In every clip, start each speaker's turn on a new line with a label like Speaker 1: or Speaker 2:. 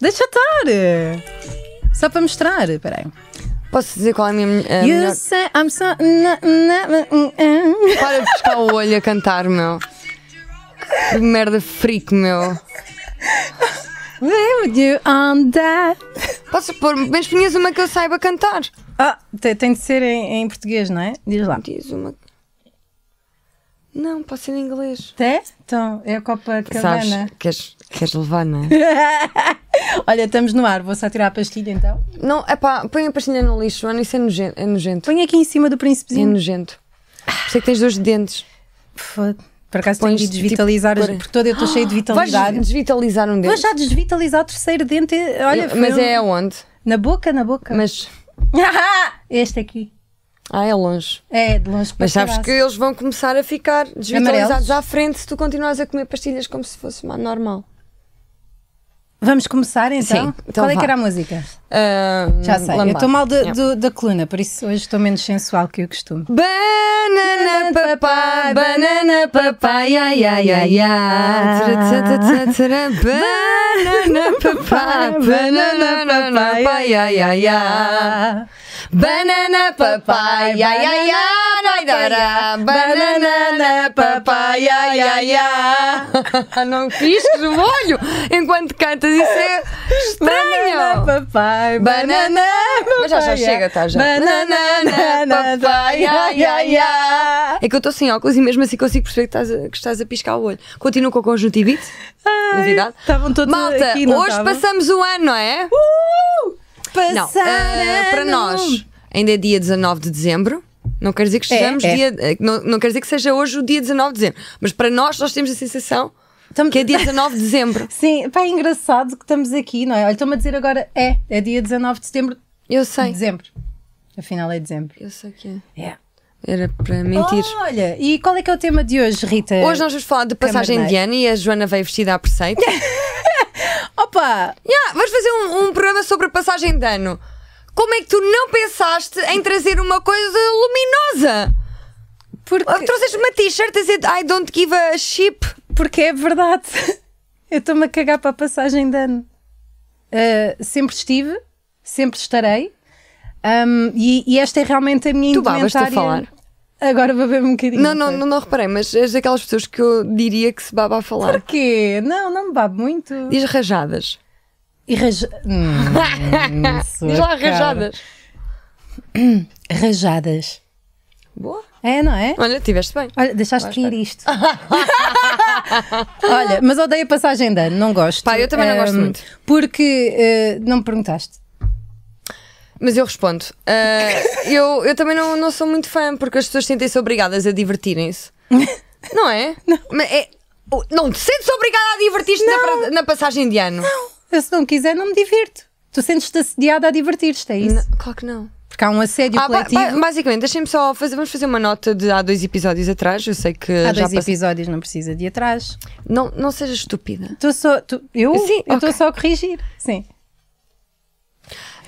Speaker 1: Deixa estar! Só para mostrar, peraí.
Speaker 2: Posso dizer qual é a minha melho- a
Speaker 1: You
Speaker 2: melhor.
Speaker 1: say I'm so. na- na- na- na-
Speaker 2: Para de buscar o olho a cantar, meu. Que merda freak, meu.
Speaker 1: Where would you on that?
Speaker 2: Posso pôr, mas punhas uma que eu saiba cantar.
Speaker 1: Ah,
Speaker 2: Ah,
Speaker 1: te- tem de ser em, em português, não é? Diz lá.
Speaker 2: Diz uma. Não, pode ser em inglês.
Speaker 1: Até? Então, é a Copa Cabana.
Speaker 2: Sabes? Queres, queres levar, não é?
Speaker 1: Olha, estamos no ar, vou só tirar a pastilha então.
Speaker 2: Não, é pá, põe a pastilha no lixo, Ana, isso é nojento. É nojento.
Speaker 1: Põe aqui em cima do
Speaker 2: É
Speaker 1: príncipezinho.
Speaker 2: nojento. Por isso é que tens dois dentes.
Speaker 1: Foda. Por acaso tenho
Speaker 2: Pões,
Speaker 1: de
Speaker 2: tipo,
Speaker 1: desvitalizar, as-
Speaker 2: cor-
Speaker 1: porque toda eu estou cheia de
Speaker 2: Vais
Speaker 1: vitalidade.
Speaker 2: desvitalizar um
Speaker 1: Vou
Speaker 2: dente.
Speaker 1: já desvitalizar o terceiro dente. Olha, foi
Speaker 2: mas
Speaker 1: um-
Speaker 2: é onde?
Speaker 1: na boca, na boca.
Speaker 2: Mas.
Speaker 1: este aqui.
Speaker 2: Ah, é longe.
Speaker 1: É, de longe para
Speaker 2: Mas sabes
Speaker 1: caraço.
Speaker 2: que eles vão começar a ficar
Speaker 1: Amarelos?
Speaker 2: desvitalizados à frente se tu continuas a comer pastilhas como se fosse uma normal.
Speaker 1: Vamos começar então?
Speaker 2: Sim, então
Speaker 1: Qual é
Speaker 2: vá.
Speaker 1: que era a música?
Speaker 2: Ah,
Speaker 1: Já sei. Eu
Speaker 2: lambar.
Speaker 1: estou mal da-
Speaker 2: Yeah.
Speaker 1: do- da coluna, por isso hoje estou menos sensual que o costume.
Speaker 2: Banana papai, banana papai, ai ai ai ai. Tira, tira, tira, tira, tira. Banana papai, banana papai, ai ai ai. Banana papai, ai ai ai, dai, dai, dai. banana papai, ai ai ai. Não pisques o olho enquanto cantas, isso é
Speaker 1: Banana,
Speaker 2: estranho.
Speaker 1: papai, banana.
Speaker 2: Banana, mas já, já
Speaker 1: papai,
Speaker 2: chega, tá já.
Speaker 1: Banana,
Speaker 2: Banana,
Speaker 1: papai, ai, ai, ai.
Speaker 2: É que eu estou sem óculos e mesmo assim consigo perceber que estás a, que estás a piscar o olho. Continuo com o conjuntivite.
Speaker 1: Ai,
Speaker 2: Novidade.
Speaker 1: Estavam todos
Speaker 2: Malta,
Speaker 1: aqui, não
Speaker 2: hoje
Speaker 1: estavam? Uh!
Speaker 2: passamos o ano, não é? não, ah, para nós ainda é dia 19 de dezembro. Não quer dizer que estejamos
Speaker 1: é.
Speaker 2: dia. eh, Não, não quer dizer que seja hoje o dia 19 de dezembro. Mas para nós, nós temos a sensação
Speaker 1: Estamos-
Speaker 2: que é dia 19 de dezembro.
Speaker 1: Sim, pá, é engraçado que estamos aqui, não é? Olha, estão-me a dizer agora, é, é dia 19 de setembro,
Speaker 2: Eu sei.
Speaker 1: dezembro. Afinal é dezembro.
Speaker 2: Eu sei que é.
Speaker 1: É.
Speaker 2: Era para mentir.
Speaker 1: Olha, e qual é que é o tema de hoje, Rita?
Speaker 2: Hoje nós vamos falar de passagem de ano e a Joana veio vestida a preceito.
Speaker 1: Opa!
Speaker 2: Yeah, vamos fazer um, um programa sobre a passagem de ano. Como é que tu não pensaste em trazer uma coisa luminosa?
Speaker 1: Porque,
Speaker 2: Trouxeste uma t-shirt a dizer I don't give a ship.
Speaker 1: porque é verdade. Eu estou-me a cagar para a passagem de ano. Ah, sempre estive, sempre estarei. Ahm, e, e esta é realmente a minha
Speaker 2: Tu babas, estou a
Speaker 1: indumentária.
Speaker 2: falar.
Speaker 1: Agora vou beber um bocadinho.
Speaker 2: Não, não, não, não reparei, mas és daquelas pessoas que eu diria que se baba a falar.
Speaker 1: Porquê? Não, não me babo muito.
Speaker 2: Diz rajadas.
Speaker 1: E raja... Hum, sua
Speaker 2: Diz lá
Speaker 1: cara.
Speaker 2: rajadas.
Speaker 1: Rajadas.
Speaker 2: Boa.
Speaker 1: É, não é?
Speaker 2: Olha, tiveste bem.
Speaker 1: Olha, deixaste cair isto. Olha, mas odeio a passagem de ano, não gosto.
Speaker 2: Pá, eu também não gosto
Speaker 1: Ahm,
Speaker 2: muito.
Speaker 1: Porque eh, não me perguntaste.
Speaker 2: Mas eu respondo. Ah, eu, eu também não, não sou muito fã, porque as pessoas sentem-se obrigadas a divertirem-se. Não é? Não. Mas é oh, não te sentes obrigada a divertir-te na, pra- na passagem de ano? Não.
Speaker 1: Eu, se não quiser, não me divirto. Tu sentes-te assediada a divertir-te, é isso?
Speaker 2: Claro que não.
Speaker 1: Porque há um assédio
Speaker 2: Ah, ba-
Speaker 1: coletivo.
Speaker 2: ba- basicamente, deixem-me só fazer. Vamos fazer uma nota de há dois episódios atrás. Eu sei que
Speaker 1: Há
Speaker 2: já
Speaker 1: dois
Speaker 2: passou.
Speaker 1: episódios, não precisa de ir atrás.
Speaker 2: Não, não seja estúpida.
Speaker 1: Estou só. tu- eu?
Speaker 2: Sim,
Speaker 1: eu estou
Speaker 2: ok.
Speaker 1: só a corrigir. Sim.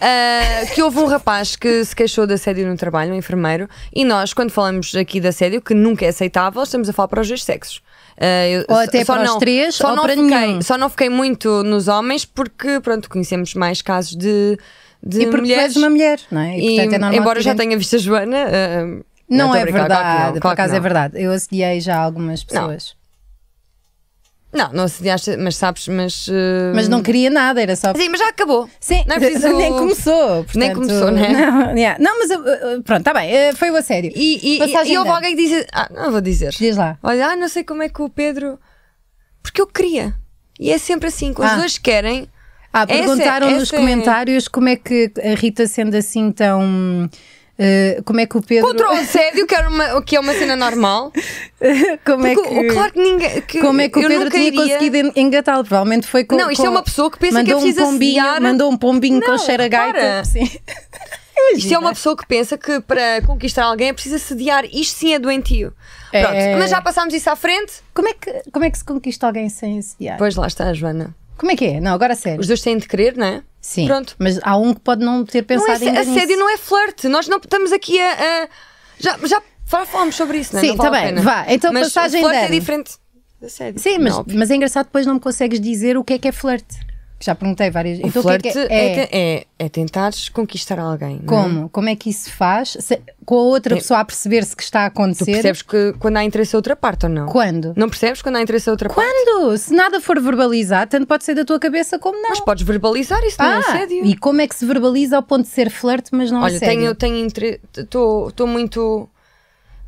Speaker 2: Ah, que houve um rapaz que se queixou de assédio no trabalho, um enfermeiro, e nós, quando falamos aqui de assédio, que nunca é aceitável, estamos a falar para os dois sexos. Ah, eu-
Speaker 1: Ou
Speaker 2: só-
Speaker 1: até
Speaker 2: só
Speaker 1: para os
Speaker 2: não-
Speaker 1: três,
Speaker 2: só
Speaker 1: ou
Speaker 2: não
Speaker 1: para
Speaker 2: fiquei,
Speaker 1: nenhum.
Speaker 2: Só não fiquei muito nos homens porque, pronto, conhecemos mais casos de, de
Speaker 1: E porque tu
Speaker 2: Eh, mulheres.
Speaker 1: és uma mulher, não é?
Speaker 2: E,
Speaker 1: portanto, é normal
Speaker 2: embora eu
Speaker 1: que
Speaker 2: já
Speaker 1: irem-
Speaker 2: tenha visto a Joana, ah,
Speaker 1: Não
Speaker 2: tô a
Speaker 1: é
Speaker 2: brincar,
Speaker 1: verdade,
Speaker 2: claro que não,
Speaker 1: por
Speaker 2: claro que
Speaker 1: acaso é
Speaker 2: não.
Speaker 1: verdade. Eu assediei já algumas pessoas.
Speaker 2: Não, não assediaste, mas sabes, mas. ah,
Speaker 1: Mas não queria nada, era só.
Speaker 2: Sim, mas já acabou.
Speaker 1: Sim,
Speaker 2: Não é preciso-
Speaker 1: nem começou.
Speaker 2: Nem
Speaker 1: portanto,
Speaker 2: começou, né?
Speaker 1: Não, yeah. Não, mas uh, uh, pronto, está bem, uh, foi o assédio.
Speaker 2: E, e,
Speaker 1: Passagem
Speaker 2: e, e
Speaker 1: de
Speaker 2: houve
Speaker 1: ano.
Speaker 2: alguém que disse: Ah, não vou dizer.
Speaker 1: Diz lá.
Speaker 2: Olha, ah, não sei como é que o Pedro. Porque eu queria. E é sempre assim, quando
Speaker 1: Ah.
Speaker 2: os dois querem.
Speaker 1: Ah,
Speaker 2: Essa é-
Speaker 1: perguntaram nos
Speaker 2: essa é-
Speaker 1: comentários como é que a Rita, sendo assim tão. uh, como é que o Pedro.
Speaker 2: Contra o assédio, que, era uma, que é uma cena normal.
Speaker 1: como é
Speaker 2: Porque,
Speaker 1: que.
Speaker 2: o- claro que ninguém. Que
Speaker 1: Como é que o
Speaker 2: eu
Speaker 1: Pedro
Speaker 2: nunca
Speaker 1: tinha
Speaker 2: iria-
Speaker 1: conseguido en- engatá-lo? Provavelmente foi com.
Speaker 2: Não, isto é
Speaker 1: com-
Speaker 2: uma pessoa que pensa que é
Speaker 1: mandou
Speaker 2: preciso
Speaker 1: um pombinho,
Speaker 2: assediar.
Speaker 1: Mandou um pombinho com
Speaker 2: Não,
Speaker 1: cheiro a
Speaker 2: para.
Speaker 1: gaita. Sim.
Speaker 2: Isto é uma pessoa que pensa que para conquistar alguém é preciso assediar. Isto sim é doentio.
Speaker 1: É.
Speaker 2: Pronto, mas já passámos isso à frente.
Speaker 1: Como é, que, como é que se conquista alguém sem assediar?
Speaker 2: Pois lá está, Joana.
Speaker 1: Como é que é? Não, agora a sério.
Speaker 2: Os dois têm de querer, não é?
Speaker 1: Sim.
Speaker 2: Pronto.
Speaker 1: Mas há um que pode não ter
Speaker 2: Não é,
Speaker 1: pensado
Speaker 2: assédio
Speaker 1: ainda nisso.
Speaker 2: não é flirte. Nós não estamos aqui a. a- já, já falámos sobre isso, não é?
Speaker 1: Sim,
Speaker 2: Não vale
Speaker 1: tá
Speaker 2: a
Speaker 1: bem.
Speaker 2: pena.
Speaker 1: Vá, então
Speaker 2: mas
Speaker 1: passagem
Speaker 2: flirte
Speaker 1: de
Speaker 2: é
Speaker 1: ano.
Speaker 2: diferente. de assédio.
Speaker 1: Sim, mas,
Speaker 2: Não,
Speaker 1: mas é engraçado depois não me consegues dizer o que é que é flerte. que já perguntei várias
Speaker 2: O
Speaker 1: então, o que
Speaker 2: flerte
Speaker 1: é, que
Speaker 2: é, que- é, é tentares conquistar alguém. não é?
Speaker 1: Como? Como é que isso faz? Se- com a outra pessoa a perceber-se que está a
Speaker 2: Tu
Speaker 1: acontecer.
Speaker 2: percebes que quando há interesse a outra parte ou não?
Speaker 1: Quando?
Speaker 2: Não percebes quando há interesse a outra parte?
Speaker 1: Quando? Se nada for verbalizado, tanto pode ser da tua cabeça como não.
Speaker 2: Mas podes verbalizar isso, não é
Speaker 1: ah,
Speaker 2: assédio?
Speaker 1: e como é que se verbaliza ao ponto de ser flerte, mas não
Speaker 2: Olha, tenho,
Speaker 1: assédio?
Speaker 2: tenho interesse. Estou muito.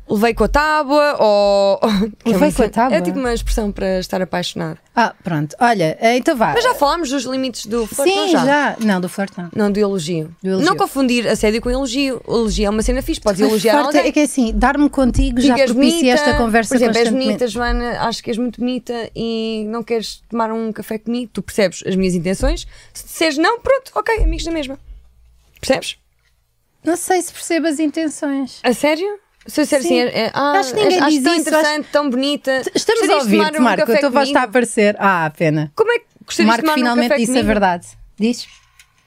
Speaker 2: Levei com a tábua ou. que é
Speaker 1: Levei
Speaker 2: uma-
Speaker 1: com a tábua?
Speaker 2: É tipo uma expressão para estar apaixonado.
Speaker 1: Ah, pronto. Olha, eh, então vá.
Speaker 2: Mas já falámos dos limites do flerte, não
Speaker 1: Sim, já. Não, do flerte não.
Speaker 2: Não, do elogio.
Speaker 1: Do elogio.
Speaker 2: Não confundir assédio com elogio. O elogio é uma cena fixe, podes elogiar
Speaker 1: Flerte
Speaker 2: alguém.
Speaker 1: é que é assim, dar-me contigo
Speaker 2: Digo,
Speaker 1: já
Speaker 2: és
Speaker 1: propicia esta conversa
Speaker 2: Por exemplo, és
Speaker 1: constantemente.
Speaker 2: bonita, Joana, acho que és muito bonita e não queres tomar um café comigo. Tu percebes as minhas intenções. Se disseres não, pronto, ok, amigos da mesma. Percebes?
Speaker 1: Não sei se percebo as intenções.
Speaker 2: A sério? Se eu disser assim,
Speaker 1: Sim.
Speaker 2: é, é, ah,
Speaker 1: Acho que ninguém
Speaker 2: acho
Speaker 1: diz
Speaker 2: tão
Speaker 1: isso,
Speaker 2: interessante, tão bonita.
Speaker 1: Estamos a
Speaker 2: Gostarias de tomar
Speaker 1: ouvir-te,
Speaker 2: um
Speaker 1: Marco.
Speaker 2: café
Speaker 1: a tua voz
Speaker 2: comigo?
Speaker 1: está a aparecer. Ah, pena.
Speaker 2: Como é que gostarias
Speaker 1: Marco
Speaker 2: de tomar um
Speaker 1: finalmente
Speaker 2: café
Speaker 1: disse
Speaker 2: comigo?
Speaker 1: a verdade. Diz?
Speaker 2: O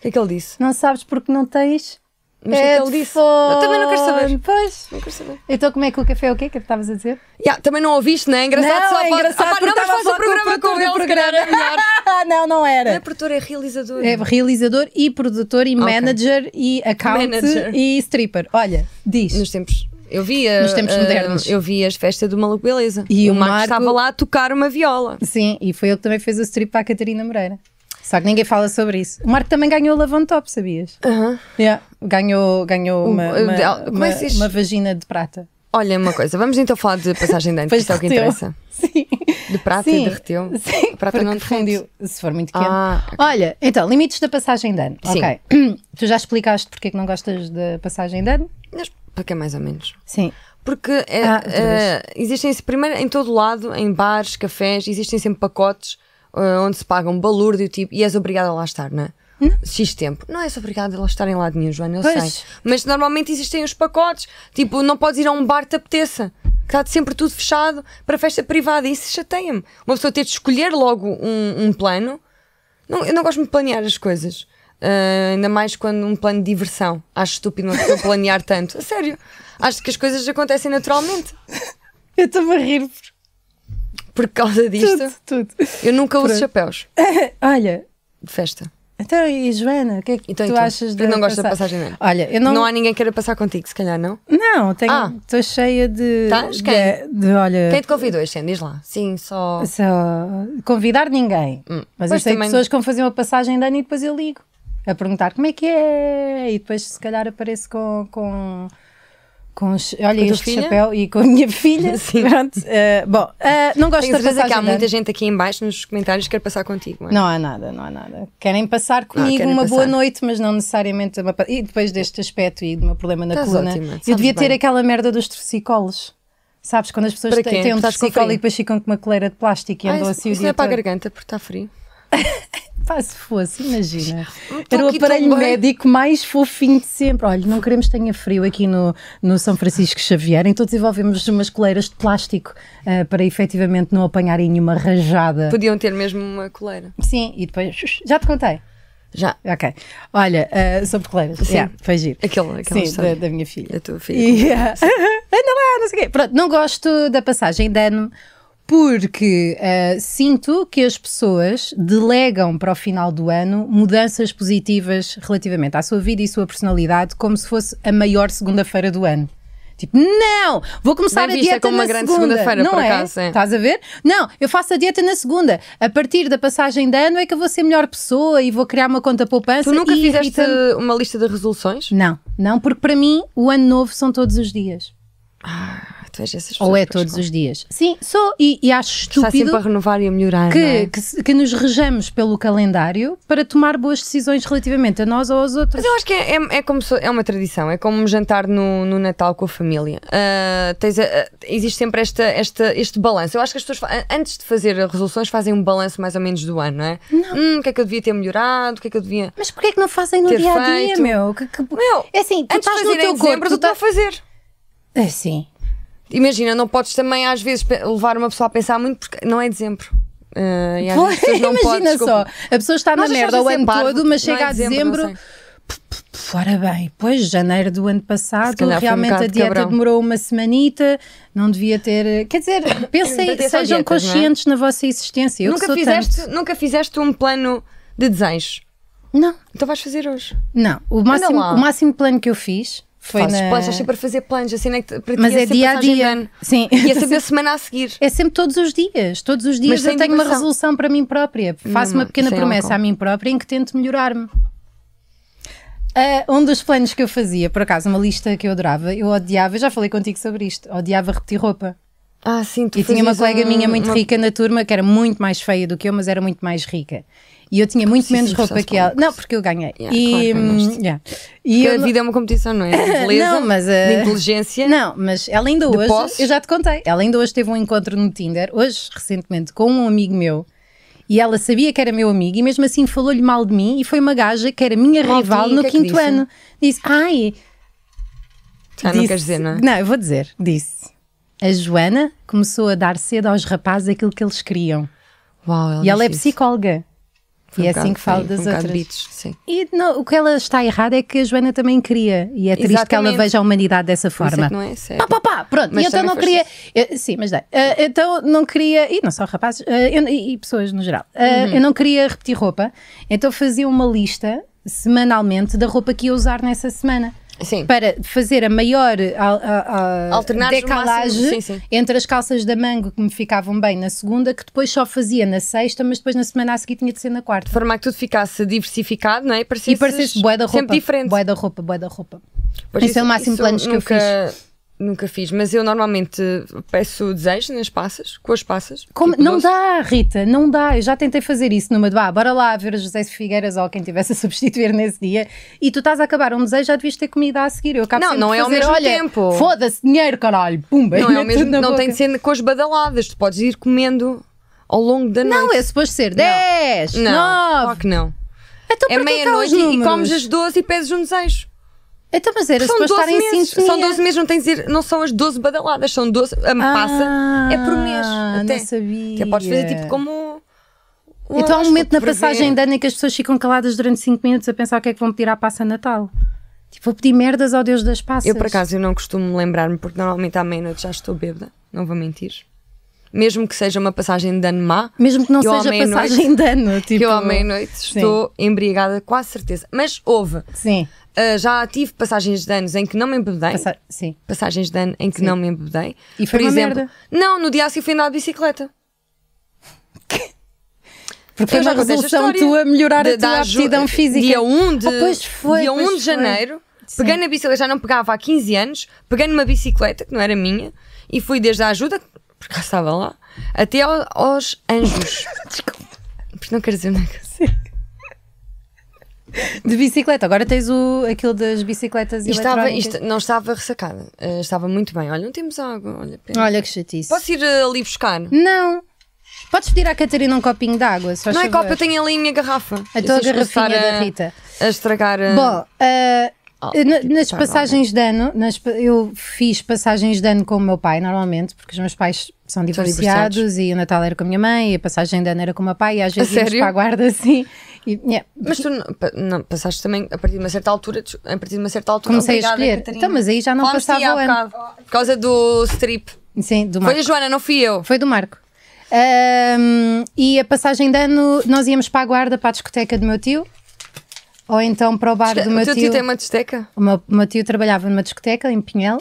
Speaker 2: que é que ele disse?
Speaker 1: Não sabes porque não tens?
Speaker 2: Mas o que é que ele disse? Eu também não quero
Speaker 1: headphone.
Speaker 2: saber.
Speaker 1: Pois.
Speaker 2: Não quero saber.
Speaker 1: Então, como é que o café é o quê que estavas a dizer?
Speaker 2: Ya, também não ouviste, não é? Engraçado
Speaker 1: Não,
Speaker 2: só
Speaker 1: é
Speaker 2: pode-
Speaker 1: engraçado
Speaker 2: Ah, pá,
Speaker 1: porque
Speaker 2: não, mas
Speaker 1: estava a
Speaker 2: faz o
Speaker 1: falar com o
Speaker 2: programa com
Speaker 1: produtor
Speaker 2: ele,
Speaker 1: do
Speaker 2: se calhar é melhor.
Speaker 1: Ah, não, não
Speaker 2: Não é
Speaker 1: era.
Speaker 2: produtor, é realizador.
Speaker 1: É realizador e produtor e manager e account
Speaker 2: Manager.
Speaker 1: e stripper. Olha, diz.
Speaker 2: Nos tempos. Eu via.
Speaker 1: Nos tempos
Speaker 2: ah,
Speaker 1: modernos.
Speaker 2: Eu vi as festas do Maluco Beleza.
Speaker 1: E o
Speaker 2: Marcos
Speaker 1: Marco-
Speaker 2: estava lá a tocar uma viola.
Speaker 1: Sim, e foi ele que também fez o strip para a Catarina Moreira. Só que ninguém fala sobre isso. O Marco também ganhou o Lavon Top, sabias?
Speaker 2: Aham.
Speaker 1: Yeah. Ganhou, ganhou uma,
Speaker 2: uh,
Speaker 1: uma,
Speaker 2: de- como é
Speaker 1: uma-
Speaker 2: que se diz?
Speaker 1: uma vagina de prata.
Speaker 2: Olha, uma coisa, vamos então falar de passagem de ano, que
Speaker 1: Depois
Speaker 2: isto é o que
Speaker 1: derreteu.
Speaker 2: interessa.
Speaker 1: Sim.
Speaker 2: De prata
Speaker 1: Sim.
Speaker 2: e derreteu.
Speaker 1: Sim,
Speaker 2: A prata
Speaker 1: porque
Speaker 2: não derrete.
Speaker 1: fundiu. Se for muito quente.
Speaker 2: Ah, ok.
Speaker 1: Olha, então, limites da passagem de ano.
Speaker 2: Sim.
Speaker 1: Ok. Tu já explicaste porque é que não gostas da passagem de ano?
Speaker 2: Mas para que é mais ou menos?
Speaker 1: Sim.
Speaker 2: Porque é,
Speaker 1: Ah, outra
Speaker 2: é, existem, primeiro, em todo lado, em bares, cafés, existem sempre pacotes eh, onde se paga um balúrdio tipo, e és obrigada a lá estar, não é? X tempo. Não és obrigada a lá estar em lado nenhum, Joana, eu
Speaker 1: Pois.
Speaker 2: sei. Mas normalmente existem os pacotes, tipo, não podes ir a um bar que te apeteça, que está sempre tudo fechado para festa privada, e isso chateia-me. Uma pessoa ter de escolher logo um, um plano. Não, eu não gosto muito de planear as coisas. Ah, ainda mais quando um plano de diversão. Acho estúpido uma pessoa planear tanto. A sério. Acho que as coisas acontecem naturalmente.
Speaker 1: Eu estou-me a rir por
Speaker 2: Por causa disto,
Speaker 1: tudo, tudo.
Speaker 2: eu nunca uso
Speaker 1: Pronto.
Speaker 2: chapéus
Speaker 1: Olha,
Speaker 2: de festa.
Speaker 1: então, e Joana, o que é que
Speaker 2: Então, e
Speaker 1: tu,
Speaker 2: tu?
Speaker 1: achas
Speaker 2: Tu
Speaker 1: da
Speaker 2: não gostas da
Speaker 1: passa-
Speaker 2: passagem de ano?
Speaker 1: Olha, eu
Speaker 2: Não...
Speaker 1: não.
Speaker 2: há ninguém que queira passar contigo, se calhar, não?
Speaker 1: Não,
Speaker 2: Ah. Tá,
Speaker 1: estou cheia de.
Speaker 2: Tás?
Speaker 1: de-
Speaker 2: Quem?
Speaker 1: de, olha.
Speaker 2: Quem te convidou, Xen? Diz lá. Sim, só.
Speaker 1: Só convidar ninguém. Mas eu
Speaker 2: Hum. Pois,
Speaker 1: sei
Speaker 2: também-
Speaker 1: pessoas que vão fazer uma passagem de ano e depois eu ligo a perguntar como é que é. E depois, se calhar, apareço com. com... Com, os- olha,
Speaker 2: tua
Speaker 1: este
Speaker 2: filha?
Speaker 1: chapéu e com a minha filha. Pronto. eh, bom, eh, não gosto
Speaker 2: Tenho
Speaker 1: da
Speaker 2: certeza
Speaker 1: passagem
Speaker 2: que há
Speaker 1: de
Speaker 2: muita
Speaker 1: ano.
Speaker 2: gente aqui em baixo nos comentários que quer passar contigo. Não. é?
Speaker 1: Não há nada, não há nada. Querem passar comigo
Speaker 2: Ah, querem
Speaker 1: uma boa
Speaker 2: passar.
Speaker 1: noite, mas não necessariamente uma. pa- E depois deste aspecto e do meu problema na
Speaker 2: Estás
Speaker 1: coluna,
Speaker 2: ótima, sabes
Speaker 1: eu devia ter
Speaker 2: bem.
Speaker 1: aquela merda dos torcicolos. Sabes, quando as pessoas
Speaker 2: Para
Speaker 1: têm,
Speaker 2: quê?
Speaker 1: têm um
Speaker 2: Estás com
Speaker 1: torcicolo
Speaker 2: frio?
Speaker 1: e depois ficam com uma coleira de plástico e
Speaker 2: Ah,
Speaker 1: andam
Speaker 2: isso
Speaker 1: assim o
Speaker 2: isso não
Speaker 1: dia
Speaker 2: é para a
Speaker 1: todo.
Speaker 2: garganta porque está frio.
Speaker 1: Pá, se fosse, imagina.
Speaker 2: Tô
Speaker 1: Era o
Speaker 2: aqui Um tão
Speaker 1: aparelho
Speaker 2: bem.
Speaker 1: médico mais fofinho de sempre. Olha, não queremos que tenha frio aqui no, no São Francisco Xavier, então desenvolvemos umas coleiras de plástico ah, para efetivamente não apanharem nenhuma rajada.
Speaker 2: Podiam ter mesmo uma coleira.
Speaker 1: Sim, e depois. shush, Já te contei.
Speaker 2: Já.
Speaker 1: Ok. Olha, ah, sobre coleiras. Sim, foi giro.
Speaker 2: Aquela, aquela
Speaker 1: Sim, da,
Speaker 2: história.
Speaker 1: da minha filha.
Speaker 2: Da tua filha.
Speaker 1: E, ah, anda lá, não sei o quê. Pronto, não gosto da passagem de ano porque ah, sinto que as pessoas delegam para o final do ano mudanças positivas relativamente à sua vida e sua personalidade, como se fosse a maior segunda-feira do ano. Tipo, não, vou começar
Speaker 2: Bem
Speaker 1: a
Speaker 2: é vista
Speaker 1: dieta
Speaker 2: como
Speaker 1: na
Speaker 2: uma grande
Speaker 1: segunda.
Speaker 2: segunda-feira,
Speaker 1: não
Speaker 2: por
Speaker 1: é?
Speaker 2: acaso, é.
Speaker 1: Estás a ver? Não, eu faço a dieta na segunda. A partir da passagem de ano é que eu vou ser melhor pessoa e vou criar uma conta poupança.
Speaker 2: Tu nunca
Speaker 1: e
Speaker 2: fizeste
Speaker 1: irrita-me.
Speaker 2: uma lista de resoluções?
Speaker 1: Não, não, porque para mim o ano novo são todos os dias.
Speaker 2: Ah, tu és essas
Speaker 1: Ou
Speaker 2: pessoas,
Speaker 1: é
Speaker 2: pois,
Speaker 1: todos
Speaker 2: claro.
Speaker 1: os dias. Sim, sou e, e acho
Speaker 2: Está sempre a
Speaker 1: estúpido
Speaker 2: renovar e a melhorar. não é?
Speaker 1: que, que, se- que nos rejamos pelo calendário para tomar boas decisões relativamente a nós ou aos outros.
Speaker 2: Mas eu acho que é, é, é como se- é uma tradição, é como um jantar no, no Natal com a família. Ah, tens a- a- existe sempre esta, esta- este balanço. Eu acho que as pessoas, fa- a- antes de fazer resoluções, fazem um balanço mais ou menos do ano, não é? Hum, o que é que eu devia ter melhorado? O que é que eu devia.
Speaker 1: Mas porquê é que não fazem no
Speaker 2: Ter
Speaker 1: dia a dia,
Speaker 2: feito.
Speaker 1: meu? Que, que-
Speaker 2: Meu,
Speaker 1: é assim, tu
Speaker 2: antes
Speaker 1: estás
Speaker 2: de
Speaker 1: no
Speaker 2: fazer em
Speaker 1: teu corpo.
Speaker 2: dezembro,
Speaker 1: Tu
Speaker 2: tu
Speaker 1: tá...
Speaker 2: estás a fazer.
Speaker 1: Ah, sim.
Speaker 2: Imagina, não podes também às vezes pe- levar uma pessoa a pensar muito porque não é dezembro. Ah, e às vezes as pessoas não podem,
Speaker 1: Imagina
Speaker 2: desculpa.
Speaker 1: só, a pessoa está na
Speaker 2: Nós
Speaker 1: merda
Speaker 2: achamos
Speaker 1: o
Speaker 2: isso
Speaker 1: ano
Speaker 2: é parvo,
Speaker 1: todo, mas
Speaker 2: não é
Speaker 1: chega a
Speaker 2: dezembro, não
Speaker 1: dezembro. Fora bem, pois janeiro do ano
Speaker 2: Se
Speaker 1: passado,
Speaker 2: calhar foi um
Speaker 1: realmente
Speaker 2: bocado
Speaker 1: a dieta
Speaker 2: cabrão.
Speaker 1: demorou uma semanita, não devia ter. Quer dizer, pensem,
Speaker 2: Deve ter só
Speaker 1: sejam
Speaker 2: dietas, não é?
Speaker 1: conscientes na vossa existência. Eu que
Speaker 2: nunca
Speaker 1: sou
Speaker 2: fizeste
Speaker 1: tanto.
Speaker 2: nunca fizeste um plano de desejos.
Speaker 1: Não,
Speaker 2: Então vais fazer hoje.
Speaker 1: não. O máximo,
Speaker 2: lá.
Speaker 1: o máximo plano que eu fiz foi
Speaker 2: Fazes
Speaker 1: na...
Speaker 2: planos, estás sempre a fazer planos, assim, né? que para ti
Speaker 1: Mas
Speaker 2: ia
Speaker 1: é
Speaker 2: ser
Speaker 1: dia a
Speaker 2: passagem de
Speaker 1: dia.
Speaker 2: ano.
Speaker 1: Sim.
Speaker 2: E é sempre a semana a seguir.
Speaker 1: É sempre todos os dias. Todos os dias
Speaker 2: sem
Speaker 1: eu tenho uma
Speaker 2: diversão.
Speaker 1: resolução para mim própria.
Speaker 2: Hum,
Speaker 1: Faço uma pequena
Speaker 2: sem
Speaker 1: promessa
Speaker 2: álcool.
Speaker 1: a mim própria em que tento melhorar-me. Ah, um dos planos que eu fazia, por acaso, uma lista que eu adorava, eu odiava, eu já falei contigo sobre isto, odiava repetir roupa.
Speaker 2: Ah, sim, tu
Speaker 1: E tinha uma
Speaker 2: fazias
Speaker 1: colega
Speaker 2: um-
Speaker 1: minha muito
Speaker 2: uma-
Speaker 1: rica na turma que era muito mais feia do que eu, mas era muito mais rica. E eu tinha muito
Speaker 2: Isso
Speaker 1: menos
Speaker 2: é um
Speaker 1: roupa
Speaker 2: processo
Speaker 1: que ela.
Speaker 2: complexo.
Speaker 1: Não, porque eu ganhei.
Speaker 2: Yeah,
Speaker 1: e
Speaker 2: claro que ganhaste.
Speaker 1: hum, yeah. E
Speaker 2: Que
Speaker 1: eu
Speaker 2: a
Speaker 1: não-
Speaker 2: vida é uma competição, não é? De beleza,
Speaker 1: Não, mas,
Speaker 2: de
Speaker 1: eh,
Speaker 2: inteligência.
Speaker 1: Não, mas ela ainda hoje,
Speaker 2: posses?
Speaker 1: eu já te contei, ela ainda hoje teve um encontro no Tinder, hoje, recentemente, com um amigo meu. E ela sabia que era meu amigo e mesmo assim falou-lhe mal de mim e foi uma gaja que era minha
Speaker 2: Mal de
Speaker 1: rival
Speaker 2: ti, o
Speaker 1: no
Speaker 2: que é que
Speaker 1: quinto
Speaker 2: disse?
Speaker 1: ano. Disse, ai,
Speaker 2: Ah, não
Speaker 1: disse-
Speaker 2: queres dizer, não é?
Speaker 1: Não, eu vou dizer, disse. A Joana começou a dar cedo aos rapazes aquilo que eles queriam.
Speaker 2: Uau, ela
Speaker 1: e ela é
Speaker 2: disse isso.
Speaker 1: psicóloga.
Speaker 2: Foi
Speaker 1: e é
Speaker 2: um bocado-
Speaker 1: assim que fala
Speaker 2: foi
Speaker 1: das
Speaker 2: um bocado
Speaker 1: outras.
Speaker 2: bitch, sim.
Speaker 1: E não, o que ela está errada é que a Joana também queria. E é triste que ela
Speaker 2: Exatamente.
Speaker 1: veja a humanidade dessa
Speaker 2: Por isso é
Speaker 1: forma.
Speaker 2: que não é sério.
Speaker 1: Pá, pá, pá, pronto.
Speaker 2: Mas
Speaker 1: e então
Speaker 2: também
Speaker 1: não
Speaker 2: foste
Speaker 1: queria. eu- sim, mas dá. Ah, então não queria. E não só rapazes, ah, eu- e, e pessoas no geral. Ah,
Speaker 2: Uhum.
Speaker 1: Eu não queria repetir roupa, então fazia uma lista semanalmente da roupa que ia usar nessa semana.
Speaker 2: Sim.
Speaker 1: Para fazer a maior al- a- a-
Speaker 2: Alternares o máximo,
Speaker 1: decalagem
Speaker 2: sim, sim.
Speaker 1: entre as calças da manga que me ficavam bem na segunda, que depois só fazia na sexta, mas depois na semana a seguir tinha de ser na quarta.
Speaker 2: De forma a que tudo ficasse diversificado, não é?
Speaker 1: E parecesse bué da roupa.
Speaker 2: Sempre diferente.
Speaker 1: Bué da roupa, bué da roupa.
Speaker 2: Pois
Speaker 1: Esse é o máximo planos que eu
Speaker 2: nunca, fiz. Nunca fiz, mas eu normalmente peço desejos nas passas, com as passas.
Speaker 1: Como-
Speaker 2: tipo
Speaker 1: não
Speaker 2: doce.
Speaker 1: dá, Rita, não dá. Eu já tentei fazer isso numa de ah, bora lá ver a José Figueiras ou quem tivesse a substituir nesse dia e tu estás a acabar um desejo, já devias ter comida a seguir. Eu acabo
Speaker 2: Não,
Speaker 1: sempre
Speaker 2: não
Speaker 1: por
Speaker 2: é ao
Speaker 1: fazer,
Speaker 2: mesmo
Speaker 1: "Olha,
Speaker 2: tempo."
Speaker 1: Foda-se, dinheiro, caralho, pumba.
Speaker 2: Não, é o
Speaker 1: meto
Speaker 2: mesmo,
Speaker 1: na
Speaker 2: não tem
Speaker 1: boca.
Speaker 2: de ser com as badaladas, tu podes ir comendo ao longo da
Speaker 1: Não,
Speaker 2: noite.
Speaker 1: é suposto ser 10,
Speaker 2: não,
Speaker 1: 9.
Speaker 2: claro que não.
Speaker 1: Então,
Speaker 2: É
Speaker 1: para que é que há os
Speaker 2: meia-noite e- e
Speaker 1: números?
Speaker 2: comes as 12 e pedes um desejo.
Speaker 1: Então, mas assim era
Speaker 2: São
Speaker 1: suposto
Speaker 2: 12
Speaker 1: estar em
Speaker 2: meses.
Speaker 1: sintonia.
Speaker 2: São 12 meses, não tens de dizer, não são as 12 badaladas, são 12. A
Speaker 1: Ah,
Speaker 2: passa é por mês.
Speaker 1: não
Speaker 2: Até.
Speaker 1: sabia.
Speaker 2: Até podes fazer tipo como.
Speaker 1: Então há um
Speaker 2: um horóscopo,
Speaker 1: momento na
Speaker 2: prever.
Speaker 1: passagem de ano em que as pessoas ficam caladas durante 5 minutos a pensar o que é que vão pedir à passa a Natal. Tipo, vou pedir merdas ao Deus das passas.
Speaker 2: Eu, por acaso, eu não costumo lembrar-me, porque normalmente à meia-noite já estou bêbada, não vou mentir. Mesmo que seja uma passagem de ano má,
Speaker 1: Mesmo que não
Speaker 2: Eu à
Speaker 1: seja
Speaker 2: meia-noite-
Speaker 1: passagem de ano. Tipo...
Speaker 2: que eu à meia-noite estou embriagada, com a certeza. Mas houve,
Speaker 1: Sim.
Speaker 2: ah, já tive passagens de anos em que não me embebedei,
Speaker 1: Passa- Sim.
Speaker 2: passagens de ano em que não me embebedei.
Speaker 1: E foi
Speaker 2: por
Speaker 1: uma
Speaker 2: exemplo,
Speaker 1: merda.
Speaker 2: não, no dia a seguir fui andar de bicicleta.
Speaker 1: Porque foi
Speaker 2: Eu já
Speaker 1: uma
Speaker 2: contei esta
Speaker 1: resolução tua
Speaker 2: história
Speaker 1: melhorar
Speaker 2: de-
Speaker 1: a tua
Speaker 2: da aju-
Speaker 1: aptidão física.
Speaker 2: Dia 1 de,
Speaker 1: Oh, pois foi,
Speaker 2: dia 1
Speaker 1: pois
Speaker 2: de
Speaker 1: foi.
Speaker 2: janeiro,
Speaker 1: Sim.
Speaker 2: peguei na bicicleta, já não pegava há 15 anos, peguei numa bicicleta que não era minha e fui desde a ajuda, porque cá estava lá, até ao- aos anjos.
Speaker 1: Desculpa.
Speaker 2: Porque não quero dizer nada.
Speaker 1: De bicicleta. Agora tens o... aquilo das bicicletas
Speaker 2: E estava,
Speaker 1: eletrónicas.
Speaker 2: isto, não estava ressacada, eh, estava muito bem. Olha, não temos água, olha, pena.
Speaker 1: Olha que chatice.
Speaker 2: Posso ir eh, ali buscar?
Speaker 1: Não. Podes pedir à Catarina um copinho de água, se faz
Speaker 2: Não é
Speaker 1: favor.
Speaker 2: copa, eu tenho ali a minha garrafa.
Speaker 1: A
Speaker 2: Eu
Speaker 1: tua
Speaker 2: sei esforçar
Speaker 1: garrafinha
Speaker 2: a-
Speaker 1: da Rita.
Speaker 2: A estragar. eh,
Speaker 1: Bom, ah,
Speaker 2: Ah,
Speaker 1: na-
Speaker 2: tipo,
Speaker 1: nas
Speaker 2: tá,
Speaker 1: passagens de ano, nas pa- eu fiz passagens de ano com o meu pai, normalmente, porque os meus pais são
Speaker 2: divorciados.
Speaker 1: divorciados, e o Natal era com a minha mãe, e a passagem de ano era com o meu pai, e às vezes íamos
Speaker 2: sério?
Speaker 1: para a guarda assim. E, yeah,
Speaker 2: Mas tu não, pa- não, passaste também a partir de uma certa altura, des- a partir de uma certa altura.
Speaker 1: comecei a
Speaker 2: Obrigada,
Speaker 1: escolher.
Speaker 2: Catarina.
Speaker 1: Então, mas aí já não
Speaker 2: Falámos de ti
Speaker 1: passava o
Speaker 2: há
Speaker 1: ano.
Speaker 2: bocado, Por causa do strip.
Speaker 1: Sim, do
Speaker 2: Foi a
Speaker 1: Marco.
Speaker 2: Joana, não fui eu.
Speaker 1: Foi do Marco. Ahm, e a passagem de ano, nós íamos para a guarda, para a discoteca do meu tio, ou então para o bar do
Speaker 2: é, o
Speaker 1: meu
Speaker 2: teu tio tem uma testeca?
Speaker 1: O meu, o meu tio trabalhava numa discoteca em Pinhel,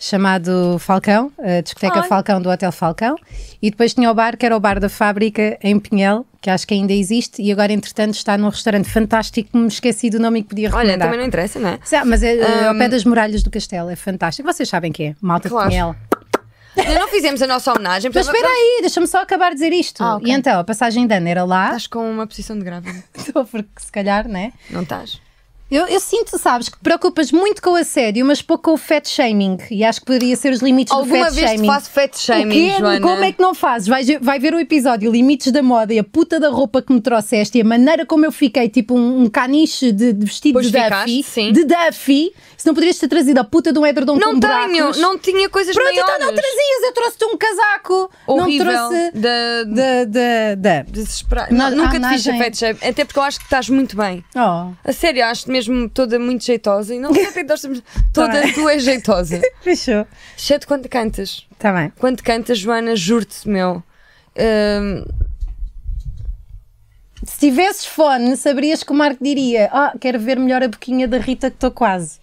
Speaker 1: chamado Falcão, a discoteca
Speaker 2: Ai.
Speaker 1: Falcão do Hotel Falcão, e depois tinha o bar, que era o bar da fábrica em Pinhel, que acho que ainda existe, e agora, entretanto, está num restaurante fantástico, que me esqueci do nome e que podia
Speaker 2: Olha,
Speaker 1: recomendar.
Speaker 2: também não interessa, não é?
Speaker 1: Sabe, mas é é ao pé das muralhas do castelo, é fantástico. Vocês sabem quem é, malta
Speaker 2: Claro.
Speaker 1: de Pinhel.
Speaker 2: Ainda não fizemos a nossa homenagem.
Speaker 1: Mas
Speaker 2: portanto,
Speaker 1: espera aí, deixa-me só acabar de dizer isto.
Speaker 2: Ah, ok.
Speaker 1: E
Speaker 2: Tá.
Speaker 1: então, a passagem de ano era lá,
Speaker 2: Estás com uma posição de grávida.
Speaker 1: porque se calhar, né?
Speaker 2: Não estás?
Speaker 1: Eu, eu sinto, sabes, que te preocupas muito com o assédio, mas pouco com o fat shaming. E acho que poderia ser os limites do
Speaker 2: Alguma
Speaker 1: fat
Speaker 2: vez te
Speaker 1: shaming.
Speaker 2: faço fat
Speaker 1: o quê?
Speaker 2: shaming, Joana?
Speaker 1: Como é que não fazes? Vai, vai ver o episódio Limites da Moda e a puta da roupa que me trouxeste e a maneira como eu fiquei, tipo um, um caniche de, de vestido
Speaker 2: Pois
Speaker 1: de Duffy.
Speaker 2: ficaste, sim.
Speaker 1: De Duffy. Se não poderias ter trazido a puta de um edredom
Speaker 2: Não
Speaker 1: com
Speaker 2: tenho,
Speaker 1: buracos.
Speaker 2: não tinha coisas
Speaker 1: Pronto,
Speaker 2: maiores.
Speaker 1: então não trazias. Eu trouxe-te um casaco.
Speaker 2: Horrível.
Speaker 1: Não trouxe...
Speaker 2: da- de-
Speaker 1: Da... da- da-
Speaker 2: desespera-
Speaker 1: Na-
Speaker 2: Não, Nunca
Speaker 1: a
Speaker 2: te fiz
Speaker 1: homenagem.
Speaker 2: fat shaming. Até porque eu acho que estás muito bem.
Speaker 1: Oh,
Speaker 2: A sério, acho-te mesmo toda muito jeitosa. E não sei até que nós estamos. Toda
Speaker 1: Tá bem.
Speaker 2: tu és jeitosa.
Speaker 1: fechou.
Speaker 2: Exceto quando cantas.
Speaker 1: Está bem.
Speaker 2: Quando cantas, Joana, juro-te, meu. hum,
Speaker 1: se tivesses fone, saberias que o Marco diria: Ah, quero ver melhor a boquinha da Rita que estou quase.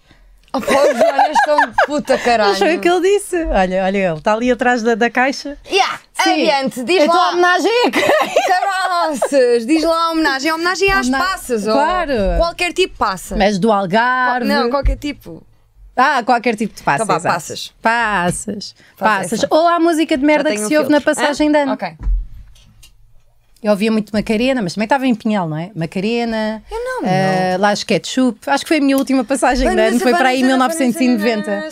Speaker 2: Oh, pô, Joana, estão de puta caralho.
Speaker 1: Mas foi o que ele disse. Olha, olha ele, está ali atrás da, da caixa.
Speaker 2: Yeah,
Speaker 1: Sim.
Speaker 2: adiante, diz
Speaker 1: a tua
Speaker 2: lá.
Speaker 1: homenagem é a quem?
Speaker 2: Caroças, diz lá a homenagem. A homenagem às
Speaker 1: Homena-
Speaker 2: passas, ou
Speaker 1: Claro.
Speaker 2: qualquer tipo de passa.
Speaker 1: Mas do Algarve.
Speaker 2: Não, qualquer tipo.
Speaker 1: Ah, qualquer tipo de passa.
Speaker 2: Então vá,
Speaker 1: exato.
Speaker 2: passas.
Speaker 1: Passas.
Speaker 2: Faz
Speaker 1: Passas.
Speaker 2: essa.
Speaker 1: Ou há música de merda
Speaker 2: Já
Speaker 1: que
Speaker 2: tenho
Speaker 1: se
Speaker 2: um
Speaker 1: ouve
Speaker 2: filtro.
Speaker 1: na passagem de
Speaker 2: Hã?
Speaker 1: ano.
Speaker 2: Ok.
Speaker 1: Eu ouvia muito Macarena, mas também estava em Pinhal, não é? Macarena.
Speaker 2: Eu não,
Speaker 1: eh, Laje Ketchup. Acho que foi a minha última passagem de ano. Foi para aí em 1990.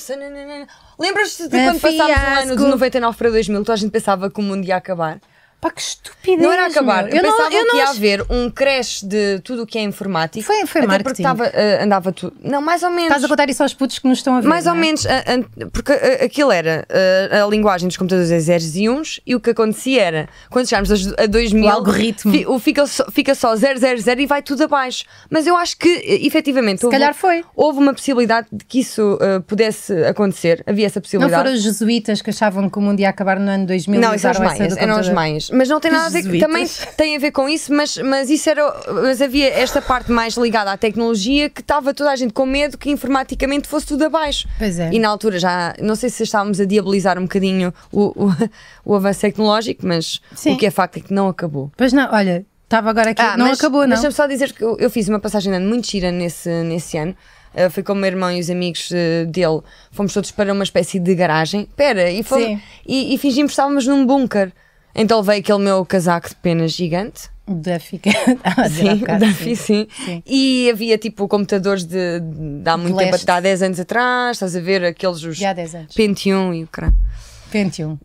Speaker 2: Lembras-te de
Speaker 1: Na
Speaker 2: quando passámos um ano de
Speaker 1: fiasco.
Speaker 2: 99 para 2000, toda a gente pensava que o mundo ia acabar?
Speaker 1: Pá, que estupidez.
Speaker 2: Não era acabar,
Speaker 1: meu.
Speaker 2: eu, pensava que ia
Speaker 1: acho-
Speaker 2: haver um creche de tudo o que é informático.
Speaker 1: Foi- foi
Speaker 2: até
Speaker 1: marketing.
Speaker 2: porque tava, ah, andava tudo. Não, mais ou menos.
Speaker 1: Estás a contar isso aos putos que nos estão a ver.
Speaker 2: Mais
Speaker 1: não
Speaker 2: ou
Speaker 1: é?
Speaker 2: menos, a- a- porque a- aquilo era a, a linguagem dos computadores é zeros e uns, e o que acontecia era quando chegarmos a, ju- a 2000,
Speaker 1: O algoritmo.
Speaker 2: fi- o fica, só- fica só 000 e vai tudo abaixo. Mas eu acho que, eh, efetivamente, houve,
Speaker 1: calhar foi.
Speaker 2: houve uma possibilidade de que isso eh, pudesse acontecer, havia essa
Speaker 1: Não
Speaker 2: possibilidade.
Speaker 1: foram os jesuítas que achavam que o mundo ia acabar no ano 2000
Speaker 2: Não,
Speaker 1: e
Speaker 2: isso eram os
Speaker 1: usaram essa
Speaker 2: maias,
Speaker 1: do
Speaker 2: eram os
Speaker 1: computador?
Speaker 2: maias. Mas não tem
Speaker 1: Os
Speaker 2: nada a ver,
Speaker 1: jesuítas.
Speaker 2: também tem a ver com isso, mas, mas isso era, mas havia esta parte mais ligada à tecnologia que estava toda a gente com medo que informaticamente fosse tudo abaixo.
Speaker 1: Pois é.
Speaker 2: E na altura já, não sei se estávamos a diabolizar um bocadinho o, o, o avanço tecnológico, mas
Speaker 1: Sim.
Speaker 2: o que é facto é que não acabou.
Speaker 1: Pois não, olha, estava agora aqui. não
Speaker 2: Ah, mas-
Speaker 1: acabou, não.
Speaker 2: Deixa-me só dizer que eu, eu fiz uma passagem de ano muito gira nesse, nesse ano. Uh, fui com o meu irmão e os amigos uh, dele. Fomos todos para uma espécie de garagem. Pera, e,
Speaker 1: Sim.
Speaker 2: fomos, e, e fingimos que estávamos num bunker. Então levei aquele meu casaco de penas gigante.
Speaker 1: Da fica. Ah, dizer há
Speaker 2: Sim,
Speaker 1: bocado,
Speaker 2: da
Speaker 1: sim.
Speaker 2: FI, sim.
Speaker 1: Sim.
Speaker 2: E havia tipo computadores de, de há muito
Speaker 1: De
Speaker 2: tempo,
Speaker 1: leste.
Speaker 2: de há 10 anos atrás. Estás a ver aqueles os
Speaker 1: De há 10 anos.
Speaker 2: Pentium e o caralho.
Speaker 1: Pentium.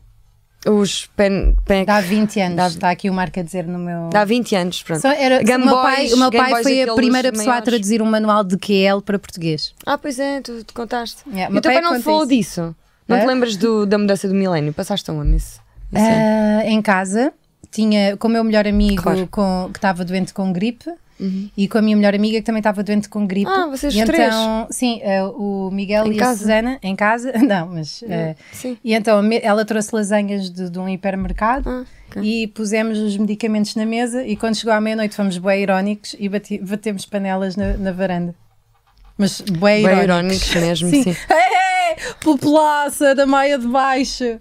Speaker 2: Os pen, pen,
Speaker 1: Dá 20 anos.
Speaker 2: Dá-
Speaker 1: Está aqui o Marco a dizer no meu.
Speaker 2: dá 20 anos. Pronto.
Speaker 1: Só era,
Speaker 2: Game
Speaker 1: o meu
Speaker 2: Boys,
Speaker 1: pai, o meu
Speaker 2: Game
Speaker 1: pai
Speaker 2: Boys
Speaker 1: foi a
Speaker 2: aqueles
Speaker 1: primeira pessoa a
Speaker 2: maiores.
Speaker 1: traduzir um manual de QL para português.
Speaker 2: Ah, pois é, tu, tu contaste.
Speaker 1: É,
Speaker 2: E
Speaker 1: meu
Speaker 2: o teu
Speaker 1: pai
Speaker 2: pai não
Speaker 1: conta
Speaker 2: falou
Speaker 1: isso.
Speaker 2: disso. Não
Speaker 1: É?
Speaker 2: te lembras do- da mudança do milénio? Passaste um ano nisso. Isso é.
Speaker 1: Ah, em casa, tinha com o meu melhor amigo
Speaker 2: Claro. Uhum.
Speaker 1: com- que estava doente com gripe e com a minha melhor amiga que também estava doente com gripe.
Speaker 2: Ah, vocês
Speaker 1: e
Speaker 2: três?
Speaker 1: Então, sim, ah, o Miguel
Speaker 2: Em
Speaker 1: e a
Speaker 2: casa? Uhum.
Speaker 1: Susana em casa. Não, mas. ah,
Speaker 2: Sim.
Speaker 1: E então me- ela trouxe lasanhas de, de um hipermercado
Speaker 2: Ah, ok.
Speaker 1: e pusemos os medicamentos na mesa e quando chegou à meia-noite fomos bem irónicos e bati- batemos panelas na, na varanda. Mas bem
Speaker 2: Bem
Speaker 1: irónicos.
Speaker 2: irónicos mesmo, sim.
Speaker 1: Ei, populaça da Maia de Baixo.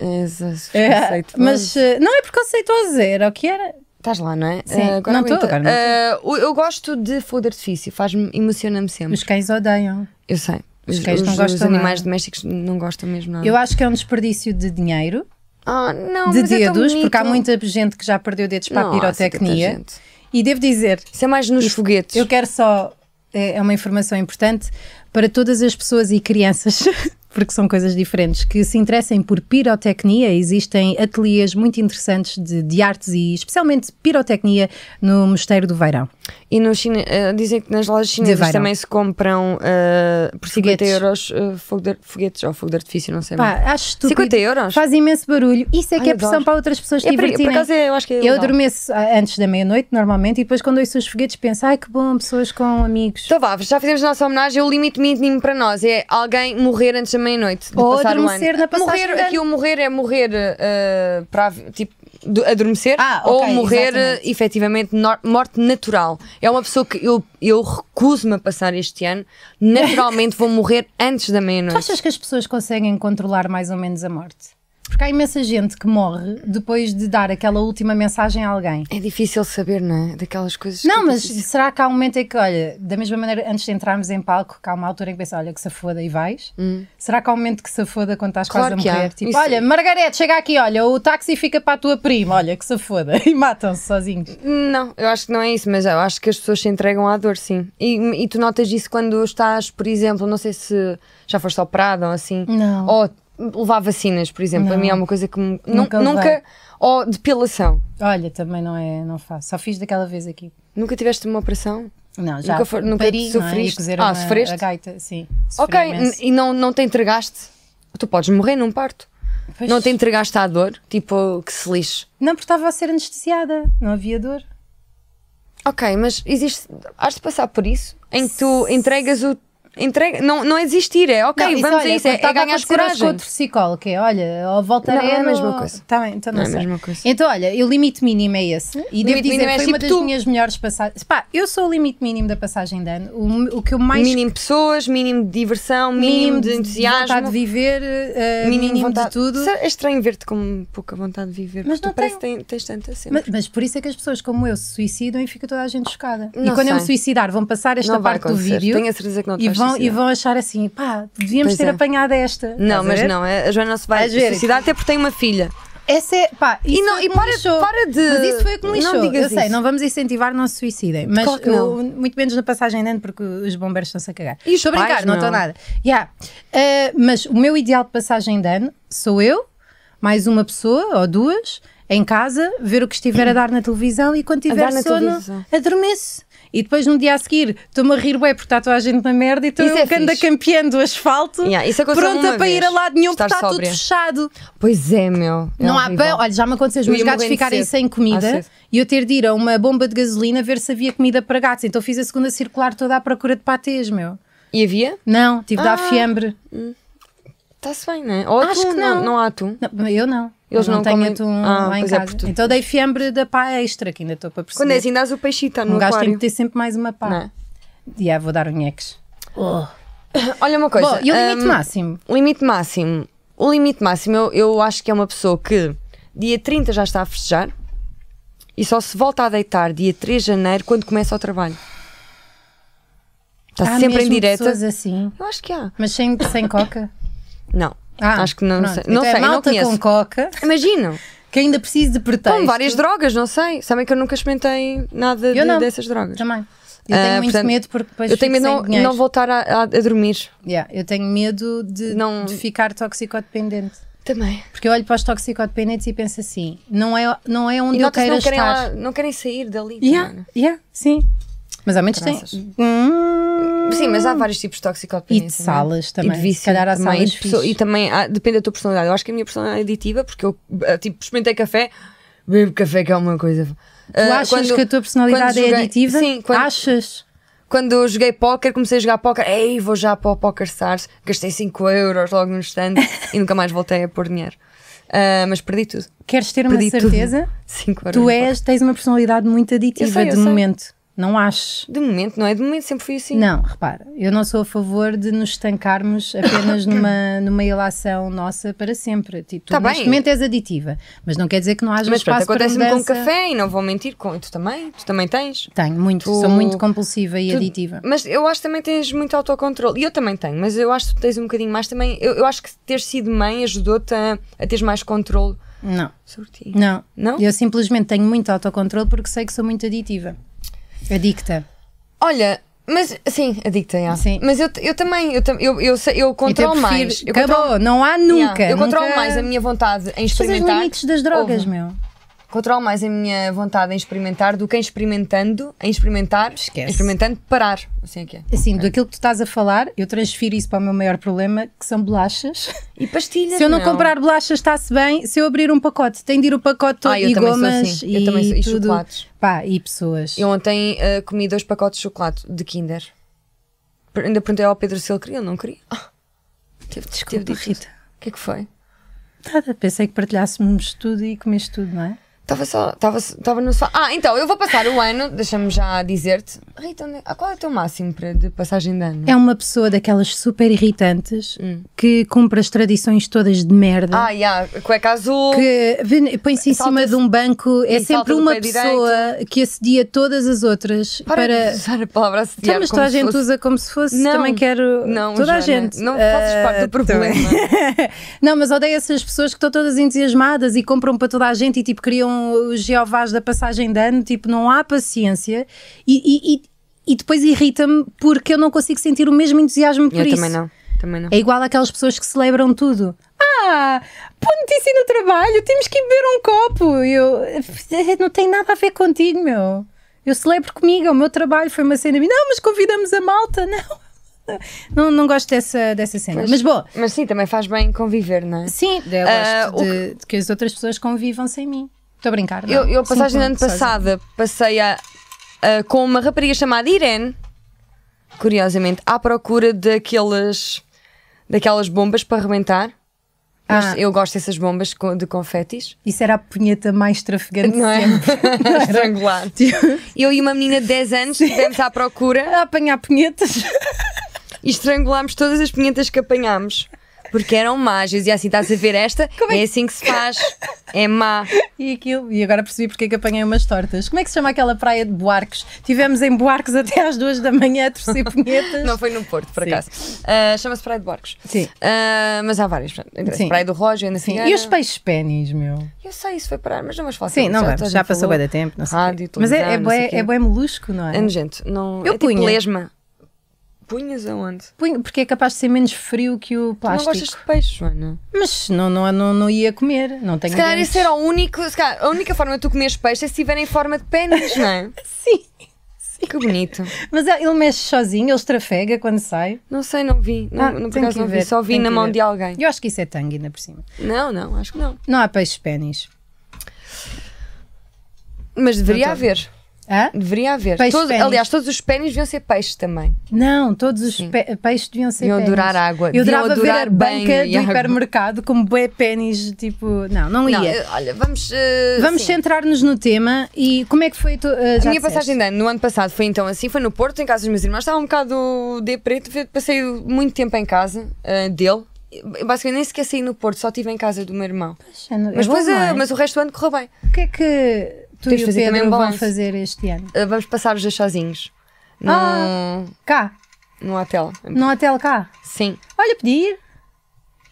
Speaker 2: Essas
Speaker 1: É,
Speaker 2: preconceituosas.
Speaker 1: mas eh, não é preconceituoso, era o que era.
Speaker 2: Estás lá, não é?
Speaker 1: Sim.
Speaker 2: Ah, agora
Speaker 1: Não
Speaker 2: aguenta.
Speaker 1: tô, agora não
Speaker 2: Ah, eu- eu gosto de fogo de artifício, faz-me, emociona-me sempre.
Speaker 1: Os cães odeiam.
Speaker 2: eu sei. Os,
Speaker 1: cães não
Speaker 2: os-
Speaker 1: gostam
Speaker 2: os animais
Speaker 1: nada.
Speaker 2: domésticos não gostam mesmo nada.
Speaker 1: Eu acho que é um desperdício de dinheiro,
Speaker 2: Ah, não,
Speaker 1: de
Speaker 2: mas é tão
Speaker 1: dedos, porque há
Speaker 2: bonito.
Speaker 1: muita gente que já perdeu dedos para
Speaker 2: Não,
Speaker 1: a
Speaker 2: há assim
Speaker 1: pirotecnia.
Speaker 2: tanta gente.
Speaker 1: E devo dizer,
Speaker 2: Isso é mais nos foguetes.
Speaker 1: Eu quero só. É é uma informação importante para todas as pessoas e crianças, porque são coisas diferentes, que se interessem por pirotecnia. Existem ateliês muito interessantes de, de artes e especialmente pirotecnia no Mosteiro do Veirão.
Speaker 2: E no China, eh, dizem que nas lojas chinesas
Speaker 1: Deveiram.
Speaker 2: também se compram eh, por 50
Speaker 1: Foguetes.
Speaker 2: euros eh, fogo de, foguetes ou fogo de artifício, não sei mais.
Speaker 1: Pá, acho estúpido.
Speaker 2: 50 euros?
Speaker 1: Faz imenso barulho. Isso é que
Speaker 2: um Ai,
Speaker 1: é pressão
Speaker 2: adoro.
Speaker 1: para outras pessoas se
Speaker 2: É, por,
Speaker 1: divertirem.
Speaker 2: por acaso é- eu acho que é
Speaker 1: eu
Speaker 2: legal.
Speaker 1: adormeço ah, antes da meia-noite, normalmente, e depois quando ouço os foguetes penso, ai que bom, pessoas com amigos.
Speaker 2: Então vá, já fizemos a nossa homenagem. O limite mínimo para nós é alguém morrer antes da meia-noite. de
Speaker 1: Ou
Speaker 2: passar o
Speaker 1: adormecer
Speaker 2: ano.
Speaker 1: na passagem de
Speaker 2: morrer,
Speaker 1: ano.
Speaker 2: Aqui o morrer é morrer eh, para a vi- tipo. do- adormecer
Speaker 1: Ah,
Speaker 2: ou
Speaker 1: ok,
Speaker 2: morrer
Speaker 1: exatamente.
Speaker 2: eh, efetivamente nor- morte natural. É uma pessoa que eu, eu recuso-me a passar este ano. Naturalmente vou morrer antes da
Speaker 1: Tu
Speaker 2: meia-noite.
Speaker 1: achas que as pessoas conseguem controlar mais ou menos a morte? Porque há imensa gente que morre depois de dar aquela última mensagem a alguém.
Speaker 2: É difícil saber, não é? Daquelas coisas. que
Speaker 1: Não,
Speaker 2: tu
Speaker 1: mas será que há um momento em que, olha, da mesma maneira, antes de entrarmos em palco, que há uma altura em que pensa, olha, que se foda e vais? Será que há um momento que se foda quando estás
Speaker 2: Hum. Claro
Speaker 1: quase
Speaker 2: que
Speaker 1: a
Speaker 2: há.
Speaker 1: morrer? Tipo,
Speaker 2: Isso- é-
Speaker 1: olha, Margarete, chega aqui, olha, o táxi fica para a tua prima, olha, que se foda. E matam-se sozinhos.
Speaker 2: Não, eu acho que não é isso, mas eu acho que as pessoas se entregam à dor, sim. E, e tu notas isso quando estás, por exemplo, não sei se já foste operada ou assim.
Speaker 1: Não.
Speaker 2: Ou levar vacinas, por exemplo. A mim é uma coisa que me,
Speaker 1: Nunca
Speaker 2: nunca.
Speaker 1: levei.
Speaker 2: nunca ou depilação.
Speaker 1: Olha, também não é, não faço. Só fiz daquela vez aqui.
Speaker 2: Nunca tiveste uma operação?
Speaker 1: Não, já
Speaker 2: Nunca foi- nunca
Speaker 1: pari, não é? E
Speaker 2: sofreste?
Speaker 1: cozeram
Speaker 2: Ah,
Speaker 1: a-
Speaker 2: sofreste?
Speaker 1: A gaita, sim. Sofri
Speaker 2: Ok,
Speaker 1: imenso.
Speaker 2: n- e não, não te entregaste? Tu podes morrer num parto.
Speaker 1: Pois.
Speaker 2: Não te entregaste à dor? Tipo, que se lixe.
Speaker 1: Não, porque estava a ser anestesiada, não havia dor.
Speaker 2: Ok, mas existe. Hás de passar por isso? Em que tu entregas o Entrega, não, não existir, é ok,
Speaker 1: Não, isso,
Speaker 2: vamos
Speaker 1: olha,
Speaker 2: a isso, é, é
Speaker 1: estava a
Speaker 2: ganhar
Speaker 1: acontecer hoje
Speaker 2: coragem.
Speaker 1: Com outro psicólogo, que é, olha, ou voltarei
Speaker 2: Não, é a
Speaker 1: ou-
Speaker 2: mesma coisa.
Speaker 1: Tá bem, então não,
Speaker 2: Não é a
Speaker 1: sei.
Speaker 2: mesma coisa.
Speaker 1: Então, olha, o limite mínimo é esse. E devo dizer,
Speaker 2: mínimo é
Speaker 1: foi
Speaker 2: tipo
Speaker 1: uma das
Speaker 2: tu.
Speaker 1: minhas melhores passagens. Pá, eu sou o limite mínimo da passagem de ano. O, o que eu mais
Speaker 2: Mínimo de pessoas, mínimo de diversão, mínimo, de entusiasmo,
Speaker 1: vontade de viver, eh, mínimo,
Speaker 2: vontade-
Speaker 1: de tudo.
Speaker 2: Sabe, É estranho ver-te com pouca vontade de viver.
Speaker 1: Mas
Speaker 2: porque
Speaker 1: não
Speaker 2: tu parece que tem- tens tanta sempre.
Speaker 1: Mas, mas por isso é que as pessoas como eu se suicidam e fica toda a gente chocada. e
Speaker 2: Não
Speaker 1: quando eu me
Speaker 2: sei.
Speaker 1: suicidar, vão passar esta
Speaker 2: Não vai
Speaker 1: parte do
Speaker 2: acontecer.
Speaker 1: vídeo
Speaker 2: Tenho a certeza que não te
Speaker 1: e,
Speaker 2: vais
Speaker 1: vão, e
Speaker 2: suicidar.
Speaker 1: vão achar assim: pá, devíamos
Speaker 2: Pois
Speaker 1: ter
Speaker 2: é.
Speaker 1: apanhado esta. Estás
Speaker 2: Não,
Speaker 1: a
Speaker 2: mas
Speaker 1: ver?
Speaker 2: não, a a Joana não se vai
Speaker 1: Estás a ver?
Speaker 2: suicidar até porque tem uma filha.
Speaker 1: Essa é, pá, isso
Speaker 2: não-
Speaker 1: foi o
Speaker 2: e
Speaker 1: que me
Speaker 2: para-
Speaker 1: lixou.
Speaker 2: para de-
Speaker 1: Mas isso foi o que me
Speaker 2: não
Speaker 1: lixou.
Speaker 2: digas
Speaker 1: eu sei,
Speaker 2: isso.
Speaker 1: não vamos incentivar, não se suicidem. Mas
Speaker 2: Claro que
Speaker 1: eu- muito menos na passagem de ano, porque os bombeiros estão-se a cagar.
Speaker 2: E os
Speaker 1: estou a brincar,
Speaker 2: pais,
Speaker 1: não
Speaker 2: não.
Speaker 1: estou nada. Yeah. Uh, mas o meu ideal de passagem de ano sou eu, mais uma pessoa ou duas, em casa, ver o que estiver a dar na televisão e quando tiver
Speaker 2: dar na
Speaker 1: sono,
Speaker 2: televisão.
Speaker 1: adormeço. E depois no dia a seguir estou-me a rir bem porque está toda a gente na merda e estou
Speaker 2: Isso
Speaker 1: eu um
Speaker 2: é
Speaker 1: que ando a
Speaker 2: fixe.
Speaker 1: campeão do asfalto,
Speaker 2: Yeah, isso aconteceu
Speaker 1: pronta
Speaker 2: uma
Speaker 1: para ir
Speaker 2: vez,
Speaker 1: a lado nenhum porque
Speaker 2: estar
Speaker 1: está tudo
Speaker 2: sóbria.
Speaker 1: fechado.
Speaker 2: Pois é, meu. é
Speaker 1: Não há
Speaker 2: horrível.
Speaker 1: pão. Olha, já me aconteceu os
Speaker 2: Eu
Speaker 1: meus
Speaker 2: ia
Speaker 1: gatos
Speaker 2: morrendo de
Speaker 1: ficarem
Speaker 2: sede.
Speaker 1: sem
Speaker 2: Ah,
Speaker 1: comida
Speaker 2: sede.
Speaker 1: e eu ter de ir a uma bomba de gasolina ver se havia comida para gatos. Então fiz a segunda circular toda à procura de patês, meu.
Speaker 2: E havia?
Speaker 1: Não, tive de dar
Speaker 2: Ah.
Speaker 1: fiambre.
Speaker 2: Está-se bem, não é? Ou
Speaker 1: Acho
Speaker 2: atum,
Speaker 1: que
Speaker 2: não.
Speaker 1: não.
Speaker 2: não há atum.
Speaker 1: Não, eu não.
Speaker 2: Eles
Speaker 1: Eu não,
Speaker 2: não
Speaker 1: tenho
Speaker 2: comem-
Speaker 1: atum
Speaker 2: Ah,
Speaker 1: lá em
Speaker 2: pois é,
Speaker 1: casa.
Speaker 2: porque tu-
Speaker 1: Então dei fiambre da pá extra, que ainda estou para perceber.
Speaker 2: Quando é assim, dás o peixinho, está no
Speaker 1: um gajo tem
Speaker 2: aquário.
Speaker 1: que ter sempre mais uma pá.
Speaker 2: Não é?
Speaker 1: E ah, vou dar um ex.
Speaker 2: Olha uma coisa.
Speaker 1: Bom, e o limite
Speaker 2: hum,
Speaker 1: máximo?
Speaker 2: O limite máximo. O limite máximo, eu, eu acho que é uma pessoa que dia 30 já está a festejar e só se volta a deitar dia 3 de janeiro quando começa o trabalho. Está
Speaker 1: Há
Speaker 2: sempre em
Speaker 1: mesmo
Speaker 2: direta.
Speaker 1: pessoas assim,
Speaker 2: Eu acho que há.
Speaker 1: mas sem, sem coca.
Speaker 2: Não.
Speaker 1: Ah,
Speaker 2: acho que não,
Speaker 1: pronto.
Speaker 2: sei.
Speaker 1: Então
Speaker 2: Não
Speaker 1: é
Speaker 2: sei, não
Speaker 1: malta
Speaker 2: conheço.
Speaker 1: com coca,
Speaker 2: Imagino.
Speaker 1: que ainda precisa de pretexto.
Speaker 2: Com várias drogas, não sei. Sabem que eu nunca experimentei nada de-
Speaker 1: Eu não.
Speaker 2: dessas drogas.
Speaker 1: Também. Eu
Speaker 2: Ah,
Speaker 1: tenho muito
Speaker 2: portanto,
Speaker 1: medo porque depois
Speaker 2: eu tenho
Speaker 1: fico
Speaker 2: medo não,
Speaker 1: sem dinheiro.
Speaker 2: não voltar a, a- a dormir.
Speaker 1: Yeah, eu tenho medo de,
Speaker 2: Não-
Speaker 1: de ficar toxicodependente.
Speaker 2: Também.
Speaker 1: Porque eu olho para os toxicodependentes e penso assim: não é, não é onde
Speaker 2: E
Speaker 1: eu
Speaker 2: nota-se
Speaker 1: quero
Speaker 2: não querem,
Speaker 1: estar.
Speaker 2: lá- não querem sair dali.
Speaker 1: Yeah,
Speaker 2: também, né?
Speaker 1: yeah, sim. Mas ao menos tem.
Speaker 2: Graças.
Speaker 1: Hum,
Speaker 2: não é? Sim, mas há vários tipos de
Speaker 1: e de
Speaker 2: toxicodependência. não é?
Speaker 1: salas também.
Speaker 2: E de vício
Speaker 1: Se calhar há
Speaker 2: também,
Speaker 1: salas
Speaker 2: e, de pessoa-
Speaker 1: fixe.
Speaker 2: e também há- depende da tua personalidade. Eu acho que a minha personalidade é aditiva, porque eu eh, tipo, experimentei café, bebo café que é uma coisa. Eh,
Speaker 1: Tu
Speaker 2: Ah,
Speaker 1: achas que a tua personalidade é aditiva?
Speaker 2: Sim, quando,
Speaker 1: Achas?
Speaker 2: quando eu joguei póquer, comecei a jogar póquer, ei, vou já para o Póquer Stars, gastei 5 euros logo no instante e nunca mais voltei a pôr dinheiro. Ah, mas perdi tudo.
Speaker 1: Queres ter uma
Speaker 2: Perdi tudo.
Speaker 1: certeza?
Speaker 2: 5 euros.
Speaker 1: Tu
Speaker 2: no
Speaker 1: és, tens uma personalidade muito aditiva
Speaker 2: sei, eu
Speaker 1: de
Speaker 2: sei.
Speaker 1: momento. Não achas?
Speaker 2: póquer. De momento, não é? De momento sempre fui assim.
Speaker 1: Não, repara, eu não sou a favor de nos estancarmos apenas numa, numa ilação nossa para sempre. Tipo, tu
Speaker 2: Tá
Speaker 1: neste
Speaker 2: bem.
Speaker 1: momento és aditiva, mas não quer dizer que não haja
Speaker 2: Mas pronto,
Speaker 1: espaço para
Speaker 2: acontece-me com
Speaker 1: mudança.
Speaker 2: café e não vou mentir, com, e tu também, tu também tens.
Speaker 1: Tenho muito,
Speaker 2: Tu-
Speaker 1: sou muito compulsiva e
Speaker 2: Tu-
Speaker 1: aditiva.
Speaker 2: Mas eu acho que também tens muito autocontrole. E eu também tenho, mas eu acho que tu tens um bocadinho mais também. Eu, eu acho que ter sido mãe ajudou-te a, a teres mais controle
Speaker 1: Não,
Speaker 2: sobre ti.
Speaker 1: não,
Speaker 2: Não?
Speaker 1: Eu simplesmente tenho muito autocontrole porque sei que sou muito aditiva. Adicta.
Speaker 2: Olha, mas sim, adicta, já.
Speaker 1: Sim.
Speaker 2: Mas eu, eu também, eu, tam- eu, eu, sei- eu
Speaker 1: Então eu
Speaker 2: controlo
Speaker 1: prefiro-
Speaker 2: mais. Eu
Speaker 1: Acabou,
Speaker 2: controlo,
Speaker 1: não há
Speaker 2: já,
Speaker 1: nunca.
Speaker 2: eu controlo
Speaker 1: nunca-
Speaker 2: mais a minha vontade em
Speaker 1: Mas os
Speaker 2: experimentar.
Speaker 1: limites das drogas,
Speaker 2: Ouve,
Speaker 1: meu.
Speaker 2: Controlo mais a minha vontade em experimentar do que em experimentando, em experimentar,
Speaker 1: Esquece.
Speaker 2: em experimentando parar. Assim é que é.
Speaker 1: Assim, daquilo que tu estás a falar, eu transfiro isso para o meu maior problema, que são bolachas.
Speaker 2: E pastilhas.
Speaker 1: Se eu não comprar bolachas, está-se bem. Se eu abrir um pacote, tem de ir o pacote todo
Speaker 2: Ah, eu
Speaker 1: e
Speaker 2: também sou
Speaker 1: gomas
Speaker 2: assim.
Speaker 1: e,
Speaker 2: Eu também sou- e
Speaker 1: tudo.
Speaker 2: chocolates.
Speaker 1: Pá, e pessoas.
Speaker 2: Eu ontem ah, comi dois pacotes de chocolate de Kinder. Per- Ainda perguntei ao Pedro se ele queria, ele não queria. Ah, teve, teve
Speaker 1: Oh. Desculpa,
Speaker 2: dito.
Speaker 1: Rita.
Speaker 2: O que é que foi?
Speaker 1: Nada, pensei que partilhássemos tudo e comeste tudo, não é?
Speaker 2: Estava só, estava, estava no sofá. Ah, então, eu vou passar o ano, deixa-me já dizer-te. Rita, onde é- ah, qual é o teu máximo para, de passagem de ano?
Speaker 1: É uma pessoa daquelas super irritantes que cumpre as tradições todas de merda.
Speaker 2: Hum. Ah, já, cueca azul.
Speaker 1: É. que vem- põe-se em cima
Speaker 2: Salta-se-
Speaker 1: de um banco, é
Speaker 2: e salta
Speaker 1: sempre
Speaker 2: do
Speaker 1: uma
Speaker 2: pé direito.
Speaker 1: pessoa que assedia todas as outras
Speaker 2: Para,
Speaker 1: para.
Speaker 2: de usar a palavra assediar
Speaker 1: Então, mas
Speaker 2: como
Speaker 1: toda a
Speaker 2: se
Speaker 1: gente
Speaker 2: fosse-
Speaker 1: usa como se fosse,
Speaker 2: Não,
Speaker 1: também quero.
Speaker 2: não,
Speaker 1: toda a
Speaker 2: Joana,
Speaker 1: gente.
Speaker 2: não fazes
Speaker 1: Ah,
Speaker 2: parte do
Speaker 1: também. não, mas odeio essas pessoas que estão todas entusiasmadas e compram para toda a gente e tipo criam os Jeovás da passagem de ano, tipo, não há paciência e. e- e- e depois irrita-me porque eu não consigo sentir o mesmo entusiasmo por
Speaker 2: Eu
Speaker 1: isso.
Speaker 2: também não, também não.
Speaker 1: É igual àquelas pessoas que celebram tudo. Ah, pô notícia no trabalho, temos que ir beber um copo. Eu, eh, não tem nada a ver contigo, meu. Eu celebro comigo, o meu trabalho foi uma cena. Não, mas convidamos a malta, não. Não, não gosto dessa, dessa cena. Mas bom,
Speaker 2: Mas sim, também faz bem conviver, não é?
Speaker 1: sim, eu
Speaker 2: Ah,
Speaker 1: gosto de, de que as outras pessoas convivam sem mim. Estou a brincar. não.
Speaker 2: Eu, eu a
Speaker 1: Sinto-me
Speaker 2: passagem de ano
Speaker 1: sozinha.
Speaker 2: passada passei a, a- com uma rapariga chamada Irene, curiosamente, à procura daquelas, daquelas bombas para arrebentar. Mas
Speaker 1: Ah.
Speaker 2: Eu gosto dessas bombas co- de confetis.
Speaker 1: Isso era a punheta mais trafegante
Speaker 2: Não é?
Speaker 1: sempre.
Speaker 2: Estrangular.
Speaker 1: Tipo,
Speaker 2: Eu e uma menina de 10 anos estivemos à procura
Speaker 1: a apanhar punhetas.
Speaker 2: e estrangulámos todas as pinhetas que apanhámos. Porque eram mágias e assim estás a ver esta? é? assim que se faz. É má.
Speaker 1: E aquilo, e agora percebi porque é que apanhei umas tortas. Como é que se chama aquela praia de Buarques? Tivemos em Buarques até às duas da manhã a torcer punhetas.
Speaker 2: Não foi no Porto, por
Speaker 1: Sim.
Speaker 2: acaso. Ah, Chama-se Praia de Borges.
Speaker 1: Sim.
Speaker 2: Ah, mas há várias. não interessa.
Speaker 1: Sim.
Speaker 2: Praia do Rojo, ainda assim, ah,
Speaker 1: Sim. E os peixes pênis, meu?
Speaker 2: Eu sei, isso foi parar, mas não vamos falar
Speaker 1: Sim,
Speaker 2: sobre
Speaker 1: não
Speaker 2: isso,
Speaker 1: vamos.
Speaker 2: toda a
Speaker 1: Já
Speaker 2: gente
Speaker 1: passou
Speaker 2: falou.
Speaker 1: bem da tempo. Não sei o quê.
Speaker 2: Rádio,
Speaker 1: Mas é, é,
Speaker 2: televisão, não sei
Speaker 1: bué,
Speaker 2: o quê.
Speaker 1: é bué molusco, não é?
Speaker 2: É nojento. Não...
Speaker 1: Eu
Speaker 2: é tipo
Speaker 1: punha.
Speaker 2: lesma. Punhas aonde?
Speaker 1: Punho- Porque é capaz de ser menos frio que o
Speaker 2: Tu não
Speaker 1: plástico.
Speaker 2: gostas de peixe, Joana?
Speaker 1: Mas não, não, não, não ia comer. Não tenho
Speaker 2: Se calhar
Speaker 1: dentes.
Speaker 2: esse era o único. Se calhar, a única forma de tu comeres peixe é se tiver em forma de pênis, não é?
Speaker 1: Sim.
Speaker 2: Que bonito.
Speaker 1: Mas ele mexe sozinho, ele estrafega quando sai.
Speaker 2: Não sei, não vi. Não,
Speaker 1: Ah,
Speaker 2: não, por
Speaker 1: tenho
Speaker 2: acaso
Speaker 1: que
Speaker 2: não vi.
Speaker 1: ver,
Speaker 2: Só vi
Speaker 1: tenho
Speaker 2: na
Speaker 1: que
Speaker 2: mão
Speaker 1: ver.
Speaker 2: de alguém.
Speaker 1: Eu acho que isso é tangue ainda por cima.
Speaker 2: Não, não, acho que não.
Speaker 1: Não há peixes pênis.
Speaker 2: Mas deveria
Speaker 1: Não tô-
Speaker 2: haver.
Speaker 1: Hã?
Speaker 2: Deveria haver.
Speaker 1: Peixe
Speaker 2: Todo-
Speaker 1: pênis.
Speaker 2: aliás, todos os pênis deviam ser peixes também.
Speaker 1: Não, todos os pe- peixes deviam ser
Speaker 2: Deviam
Speaker 1: pênis.
Speaker 2: adorar água,
Speaker 1: Eu
Speaker 2: deviam
Speaker 1: adorava ver a
Speaker 2: adorar banho
Speaker 1: banca
Speaker 2: e
Speaker 1: do
Speaker 2: água.
Speaker 1: hipermercado com bué pênis, tipo... Não, não
Speaker 2: Não,
Speaker 1: ia.
Speaker 2: eh, olha, vamos. eh,
Speaker 1: Vamos
Speaker 2: sim.
Speaker 1: centrar-nos no tema e como é que foi... a tua- ah, já
Speaker 2: A minha
Speaker 1: disseste.
Speaker 2: passagem de ano no ano passado foi então assim, foi no Porto, em casa dos meus irmãos, estava um bocado de preto, passei muito tempo em casa ah, dele. Eu, Basicamente nem sequer saí no Porto, só estive em casa do meu irmão.
Speaker 1: É no- é
Speaker 2: Mas,
Speaker 1: bom,
Speaker 2: depois,
Speaker 1: não
Speaker 2: ah,
Speaker 1: é?
Speaker 2: mas o resto do ano correu bem.
Speaker 1: O que é que tu
Speaker 2: Tens
Speaker 1: e
Speaker 2: de
Speaker 1: o
Speaker 2: fazer também
Speaker 1: Pedro
Speaker 2: um
Speaker 1: vão
Speaker 2: balanço.
Speaker 1: fazer este ano?
Speaker 2: Ah, vamos passar os dois sozinhos no,
Speaker 1: Ah. Cá,
Speaker 2: no hotel.
Speaker 1: no hotel cá.
Speaker 2: Sim.
Speaker 1: Olha, pedir.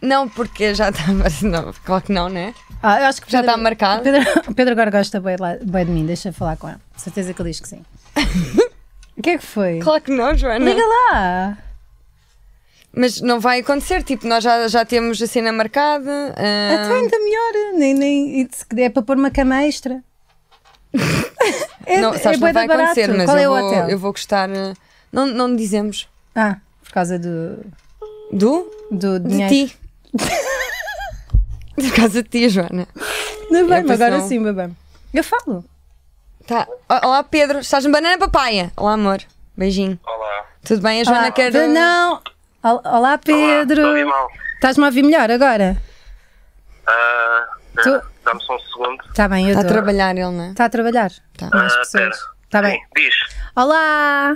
Speaker 1: não
Speaker 2: Não, porque já está. mas Não, claro que não, né?
Speaker 1: Ah, eu acho que
Speaker 2: Já
Speaker 1: Pedro-
Speaker 2: está marcado.
Speaker 1: Pedro, Pedro agora gosta bem, lá- bem de mim, deixa eu falar com ele. Certeza que ele diz que sim. O que é que foi?
Speaker 2: Claro que não, Joana.
Speaker 1: Liga lá!
Speaker 2: Mas não vai acontecer, tipo, nós já, já temos a cena marcada. ah,
Speaker 1: Até ainda melhor, nem, nem, e se- é para pôr uma cama extra. é
Speaker 2: não, sabes,
Speaker 1: bué
Speaker 2: não
Speaker 1: da
Speaker 2: vai acontecer, mas
Speaker 1: Qual
Speaker 2: eu,
Speaker 1: é o
Speaker 2: vou,
Speaker 1: hotel?
Speaker 2: eu vou gostar. ah, Não, não dizemos.
Speaker 1: Ah, por causa do,
Speaker 2: Do?
Speaker 1: do
Speaker 2: De
Speaker 1: dinheiro.
Speaker 2: ti. Por causa de ti, Joana.
Speaker 1: Não, bem,
Speaker 2: Eu penso
Speaker 1: agora
Speaker 2: não.
Speaker 1: sim, babá. Eu falo.
Speaker 2: Tá. O- Olá, Pedro. Estás no banana papaya. Olá, amor. Beijinho.
Speaker 3: Olá.
Speaker 2: Tudo bem? A Joana
Speaker 1: Olá,
Speaker 2: quer.
Speaker 1: Ah,
Speaker 2: eh,
Speaker 1: Não! Ol- Olá, Pedro!
Speaker 3: Olá, estou mal.
Speaker 1: Estás-me a ouvir melhor agora?
Speaker 3: Ah,
Speaker 1: Tu-
Speaker 3: Dá-me só um segundo.
Speaker 1: Está Tá bem, eu
Speaker 2: Está a
Speaker 1: estou.
Speaker 2: trabalhar ele, não é?
Speaker 1: Está a trabalhar
Speaker 2: Tá.
Speaker 1: com as
Speaker 3: Ah,
Speaker 1: pessoas.
Speaker 3: pera.
Speaker 1: Está
Speaker 3: Sim,
Speaker 1: bem.
Speaker 3: diz.
Speaker 1: Olá!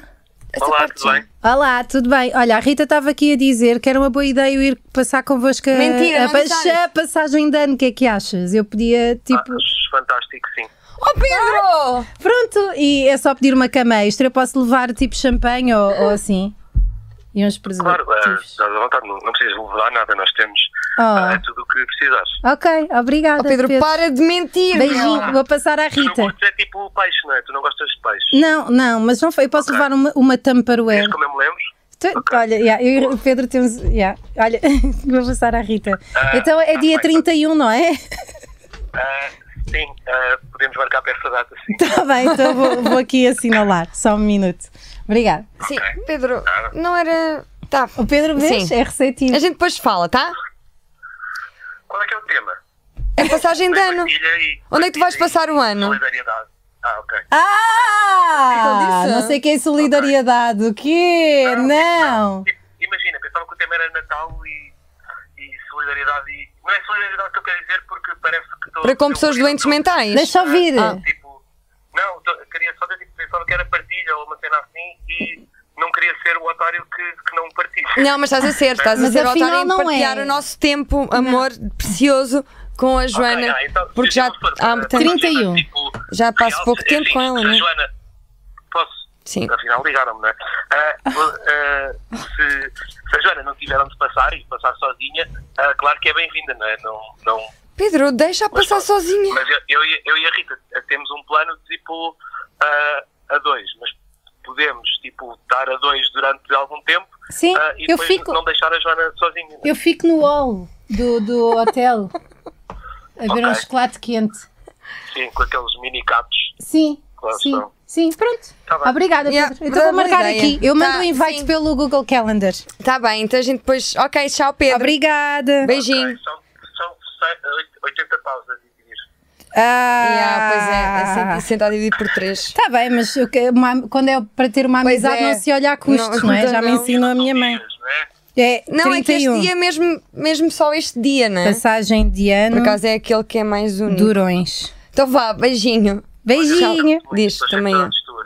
Speaker 2: Essa Tá Então
Speaker 3: Olá,
Speaker 2: parte
Speaker 3: tudo
Speaker 2: já.
Speaker 3: bem?
Speaker 1: Olá, tudo bem? Olha, a Rita estava aqui a dizer que era uma boa ideia eu ir passar convosco a,
Speaker 2: Mentira,
Speaker 1: a,
Speaker 2: não
Speaker 1: pas-
Speaker 2: sabes.
Speaker 1: a passagem de ano. O que é que achas? Eu podia, tipo,
Speaker 3: Ah, fantástico, sim.
Speaker 2: Oh,
Speaker 1: Ah,
Speaker 2: Pedro!
Speaker 1: pronto, e é só pedir uma cama extra. Eu posso levar, tipo, champanhe ou, ou assim? E uns
Speaker 3: Claro, ah,
Speaker 1: preservativos.
Speaker 3: estás à vontade. Não, não precisas levar nada, nós temos ah,
Speaker 1: Oh,
Speaker 3: tudo o que precisares.
Speaker 1: ok, obrigada.
Speaker 2: Oh, Pedro, para de mentir!
Speaker 1: Beijinho, vou passar à
Speaker 3: Tu não
Speaker 1: Rita.
Speaker 3: curtes é tipo peixe, não é? Tu não gostas de peixe.
Speaker 1: Não, não, mas não foi. Eu posso levar uma, uma Tupperware.
Speaker 3: Vês como eu me lembro?
Speaker 1: Tu- Olha, yeah, eu e o Pedro temos. yeah, olha, vou passar à Rita. então é
Speaker 3: tá
Speaker 1: dia 31, não é?
Speaker 3: Ah, sim, ah, podemos marcar para essa data, sim.
Speaker 1: Está bem, então vou, vou aqui assinalar. Só um minuto. Obrigada.
Speaker 2: Sim, Pedro, não era. Tá.
Speaker 1: O Pedro vês?
Speaker 2: Sim.
Speaker 1: É
Speaker 2: A
Speaker 1: receptivo.
Speaker 2: gente depois fala, tá?
Speaker 3: Qual é que é o tema?
Speaker 2: É passagem de ano.
Speaker 3: Partilha aí.
Speaker 2: Então- Onde é que tu vais passar o ano?
Speaker 3: Solidariedade. Ah, ok.
Speaker 1: Ah!
Speaker 2: Ele disse.
Speaker 1: Não sei quem é solidariedade. O quê?
Speaker 2: É,
Speaker 1: Não!
Speaker 3: Tipo, Imagina, pensava que o tema era Natal e, e solidariedade. E, não é solidariedade que eu quero dizer porque parece que estou.
Speaker 2: Para com
Speaker 3: eu-
Speaker 2: pessoas
Speaker 3: eu-
Speaker 2: doentes mentais.
Speaker 1: Deixa ouvir.
Speaker 2: Ah.
Speaker 3: Tipo, não, tô- queria só dizer tipo, pensava que era partilha ou uma cena assim e não queria ser o otário que, que não partilha.
Speaker 2: Não, mas estás a ser, estás a
Speaker 1: Mas
Speaker 2: ser
Speaker 1: afinal
Speaker 2: otário em
Speaker 1: não é.
Speaker 2: partilhar o nosso tempo, amor precioso com a Joana.
Speaker 3: ah, então,
Speaker 2: porque
Speaker 3: se
Speaker 2: já
Speaker 3: não for,
Speaker 2: há
Speaker 3: eh,
Speaker 2: tanto.
Speaker 1: 31.
Speaker 3: tipo,
Speaker 2: Já passo
Speaker 3: realce-
Speaker 2: pouco tempo
Speaker 3: enfim,
Speaker 2: com ela,
Speaker 3: se a
Speaker 2: né?
Speaker 3: Joana, posso?
Speaker 2: Sim.
Speaker 3: Afinal, ligaram-me, não é? Ah, vou- ah, se, se a Joana não tiver onde passar e passar sozinha, ah, claro que é bem-vinda, não é? Não, não,
Speaker 2: Pedro, deixa a passar sozinha.
Speaker 3: Mas eu, eu, e- eu e a Rita temos um plano de tipo ah, a dois, mas podemos tipo estar a dois durante algum tempo
Speaker 1: Sim,
Speaker 3: ah, e
Speaker 1: eu
Speaker 3: depois
Speaker 1: fico,
Speaker 3: não é? deixar a Joana sozinha.
Speaker 1: eu fico no hall do, do hotel a ver um
Speaker 3: Ok.
Speaker 1: chocolate quente.
Speaker 3: Sim, com aqueles mini capos.
Speaker 1: Sim,
Speaker 3: Claro que
Speaker 1: sim,
Speaker 3: não.
Speaker 1: sim, pronto.
Speaker 3: Tá bem.
Speaker 1: Obrigada,
Speaker 2: Yeah,
Speaker 1: Pedro. Então vou
Speaker 2: boa
Speaker 1: marcar
Speaker 2: ideia.
Speaker 1: aqui. Eu mando
Speaker 2: Tá,
Speaker 1: o invite
Speaker 2: sim.
Speaker 1: pelo Google Calendar.
Speaker 2: Tá bem, então a gente depois. Ok, tchau, Pedro.
Speaker 1: Obrigada.
Speaker 2: Beijinho.
Speaker 3: São, são se- oit- 80 paus a dividir.
Speaker 1: Ah.
Speaker 2: Yeah, pois é, é sentado dividido por três.
Speaker 1: Está Tá bem, mas o que- uma- quando é para ter uma
Speaker 2: Pois
Speaker 1: amizade
Speaker 2: é.
Speaker 1: não se olha a custos,
Speaker 2: Não,
Speaker 1: não, é? Já me
Speaker 2: não.
Speaker 1: ensinou a minha mãe.
Speaker 3: Dias, não é?
Speaker 1: É,
Speaker 2: Não, é que este
Speaker 1: 31.
Speaker 2: dia é mesmo, mesmo só este dia, não é?
Speaker 1: Passagem de ano,
Speaker 2: Por acaso é aquele que é mais único.
Speaker 1: durões.
Speaker 2: Então vá, beijinho.
Speaker 1: Beijinho.
Speaker 2: Tchau. Diz
Speaker 3: Estou
Speaker 2: também.
Speaker 3: sempre todas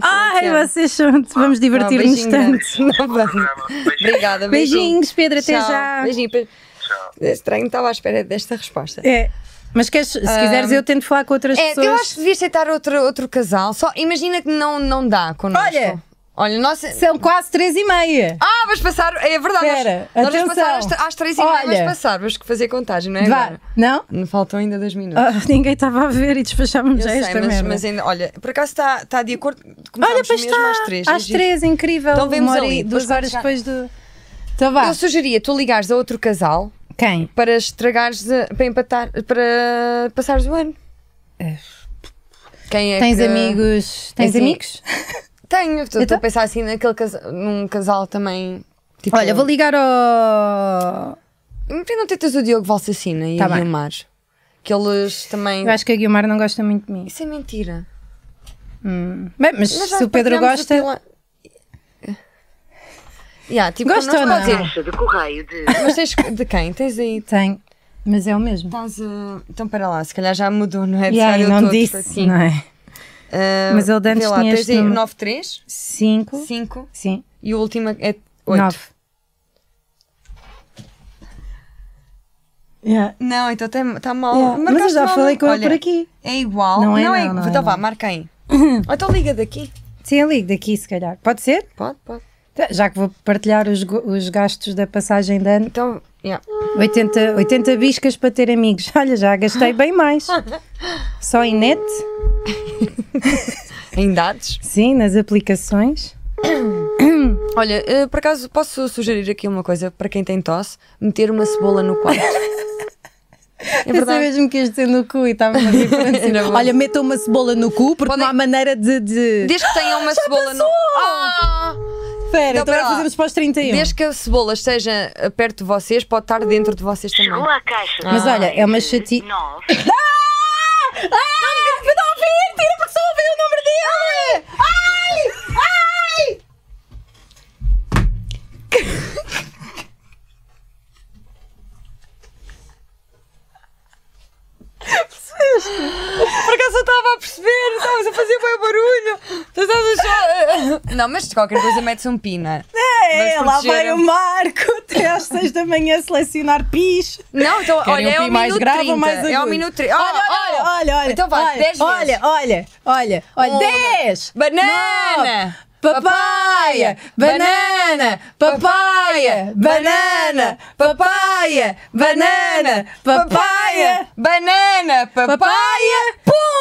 Speaker 2: Oh,
Speaker 1: Ai, vocês são, vamos divertir-nos tanto.
Speaker 2: Não, vamos.
Speaker 3: Beijinho.
Speaker 2: Obrigada, beijinho.
Speaker 1: Beijinhos, Pedro, até
Speaker 2: Tchau.
Speaker 1: já.
Speaker 2: Beijinho. pe-
Speaker 3: Tchau.
Speaker 2: É Estranho, estava à espera desta resposta.
Speaker 1: É. Mas queres, se quiseres, eu tento falar com outras
Speaker 2: É,
Speaker 1: pessoas.
Speaker 2: eu acho que devias aceitar outro, outro casal. Só imagina que não, não dá connosco.
Speaker 1: Olha.
Speaker 2: Olha, nossa.
Speaker 1: São quase três e meia.
Speaker 2: Ah, vais passar. É verdade.
Speaker 1: Espera,
Speaker 2: nós, nós vamos
Speaker 1: atenção.
Speaker 2: passar às, tr- às três e meia. Vais
Speaker 1: Olha.
Speaker 2: passar, vais fazer contagem, não é?
Speaker 1: Vá,
Speaker 2: agora?
Speaker 1: não?
Speaker 2: Não Faltam ainda dois minutos.
Speaker 1: Ah, ninguém estava a ver e despachámos
Speaker 2: Eu
Speaker 1: já é
Speaker 2: sei,
Speaker 1: esta
Speaker 2: mas,
Speaker 1: merda.
Speaker 2: mas ainda, olha, por acaso está tá de acordo.
Speaker 1: Olha,
Speaker 2: Começámos
Speaker 1: pois
Speaker 2: mesmo
Speaker 1: está.
Speaker 2: às três. é
Speaker 1: Às
Speaker 2: giro.
Speaker 1: três, incrível.
Speaker 2: Então vemos
Speaker 1: Uma hora
Speaker 2: ali,
Speaker 1: e
Speaker 2: depois
Speaker 1: duas horas
Speaker 2: já.
Speaker 1: depois do. Então vá.
Speaker 2: Eu sugeria tu ligares a outro casal
Speaker 1: Quem?
Speaker 2: para estragares, a- para empatar, para passares o ano.
Speaker 1: É.
Speaker 2: Quem é
Speaker 1: Tens
Speaker 2: que-
Speaker 1: amigos? Tens
Speaker 2: Assim,
Speaker 1: amigos?
Speaker 2: Tenho, estou
Speaker 1: Então?
Speaker 2: a pensar assim naquele casal, num casal também. Tipo,
Speaker 1: Olha, vou ligar ao.
Speaker 2: Por que não tentas o Diogo Valsacina e
Speaker 1: Tá
Speaker 2: o
Speaker 1: bem.
Speaker 2: Guilmar? Que eles também.
Speaker 1: Eu acho que a Guilmar não gosta muito de mim.
Speaker 2: Isso é mentira.
Speaker 1: Bem, mas
Speaker 2: Nós já
Speaker 1: se o Pedro
Speaker 2: partilhámos
Speaker 1: gosta.
Speaker 2: o pila- Yeah, tipo,
Speaker 1: Gosta
Speaker 2: não
Speaker 1: ou
Speaker 2: pode
Speaker 1: não?
Speaker 2: dizer,
Speaker 4: Caixa de correio de.
Speaker 2: Mas tens de quem? Tens aí
Speaker 1: Tem. Mas é o mesmo.
Speaker 2: Estás a... Então, para lá, se calhar já mudou, não é? Se
Speaker 1: E aí,
Speaker 2: calhar eu
Speaker 1: não
Speaker 2: tô
Speaker 1: disse,
Speaker 2: tipo assim.
Speaker 1: não é?
Speaker 2: Ah,
Speaker 1: Mas ele de antes
Speaker 2: vê lá,
Speaker 1: tinha
Speaker 2: tens
Speaker 1: este
Speaker 2: aí
Speaker 1: número.
Speaker 2: 93,
Speaker 1: 5.
Speaker 2: 5
Speaker 1: Sim.
Speaker 2: e o último é 8.
Speaker 1: 9.
Speaker 2: Não, então está mal.
Speaker 1: Mas eu
Speaker 2: Marcaste
Speaker 1: já
Speaker 2: mal,
Speaker 1: falei
Speaker 2: não?
Speaker 1: com ele
Speaker 2: Olha,
Speaker 1: por aqui.
Speaker 2: É igual.
Speaker 1: Não é, não,
Speaker 2: igual.
Speaker 1: não é,
Speaker 2: então vá,
Speaker 1: não.
Speaker 2: marca aí. Ou então liga daqui.
Speaker 1: Sim, eu ligo daqui, se calhar. Pode ser?
Speaker 2: Pode, pode.
Speaker 1: Tá, Já que vou partilhar os, go- os gastos da passagem de ano.
Speaker 2: Então, yeah.
Speaker 1: 80, 80 biscas para ter amigos. Olha, já gastei bem mais. Só em net,
Speaker 2: em dados.
Speaker 1: sim, nas aplicações.
Speaker 2: Olha, eh, por acaso, posso sugerir aqui uma coisa para quem tem tosse? Meter uma cebola no quarto. É
Speaker 1: Pensei
Speaker 2: verdade.
Speaker 1: mesmo que ias dizer no cu e estava a ver quando assim,
Speaker 2: Era bom.
Speaker 1: Olha, metam uma cebola no cu porque
Speaker 2: Podem-
Speaker 1: não há maneira de. de...
Speaker 2: Desde que tenha uma cebola no. Ah!
Speaker 1: Espera,
Speaker 2: Não,
Speaker 1: então
Speaker 2: pera
Speaker 1: agora
Speaker 2: lá.
Speaker 1: fazemos para os 31.
Speaker 2: Desde que a cebola esteja perto de vocês, pode estar dentro de vocês também.
Speaker 4: Chegou à caixa de
Speaker 1: Mas olha, é uma
Speaker 4: correio de
Speaker 1: chati-
Speaker 4: nove.
Speaker 1: Ah! Ah! Me dá
Speaker 2: um
Speaker 1: a ouvir! Tira porque só ouvi o número dele! Ai! Ai!
Speaker 2: Por acaso eu estava a perceber, estavas a fazer bem barulho. Tu estavas só. Não, mas de qualquer coisa metes um pina.
Speaker 1: É,
Speaker 2: Vamos
Speaker 1: lá
Speaker 2: proteger.
Speaker 1: vai o Marco até às 6 da manhã selecionar pis.
Speaker 2: Não, então,
Speaker 1: Querem
Speaker 2: olha, é
Speaker 1: um
Speaker 2: ao
Speaker 1: pi mais
Speaker 2: minuto
Speaker 1: grave
Speaker 2: 30.
Speaker 1: ou mais
Speaker 2: é ao
Speaker 1: agudo?
Speaker 2: minuto 30.
Speaker 1: Olha, olha, olha, olha.
Speaker 2: Então vá,
Speaker 1: olha,
Speaker 2: 10
Speaker 1: Olha,
Speaker 2: vezes.
Speaker 1: olha, olha, olha.
Speaker 2: Um,
Speaker 1: 10!
Speaker 2: Banana!
Speaker 1: nove,
Speaker 2: Papaya! Banana! Papaya! Banana! Papaya! Banana! Papaya! Banana! Papaya! É! Pum!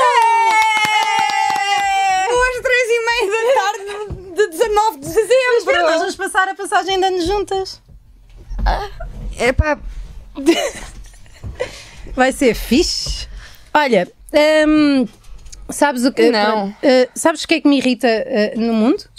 Speaker 2: Duas, três e meia da tarde de 19 de
Speaker 1: Mas pera, nós
Speaker 2: dezembro!
Speaker 1: vamos passar a passagem de ano juntas.
Speaker 2: Epá,
Speaker 1: Vai ser fixe. Olha, hum, sabes o que.
Speaker 2: Não.
Speaker 1: eh, sabes o que é que me irrita eh, no mundo?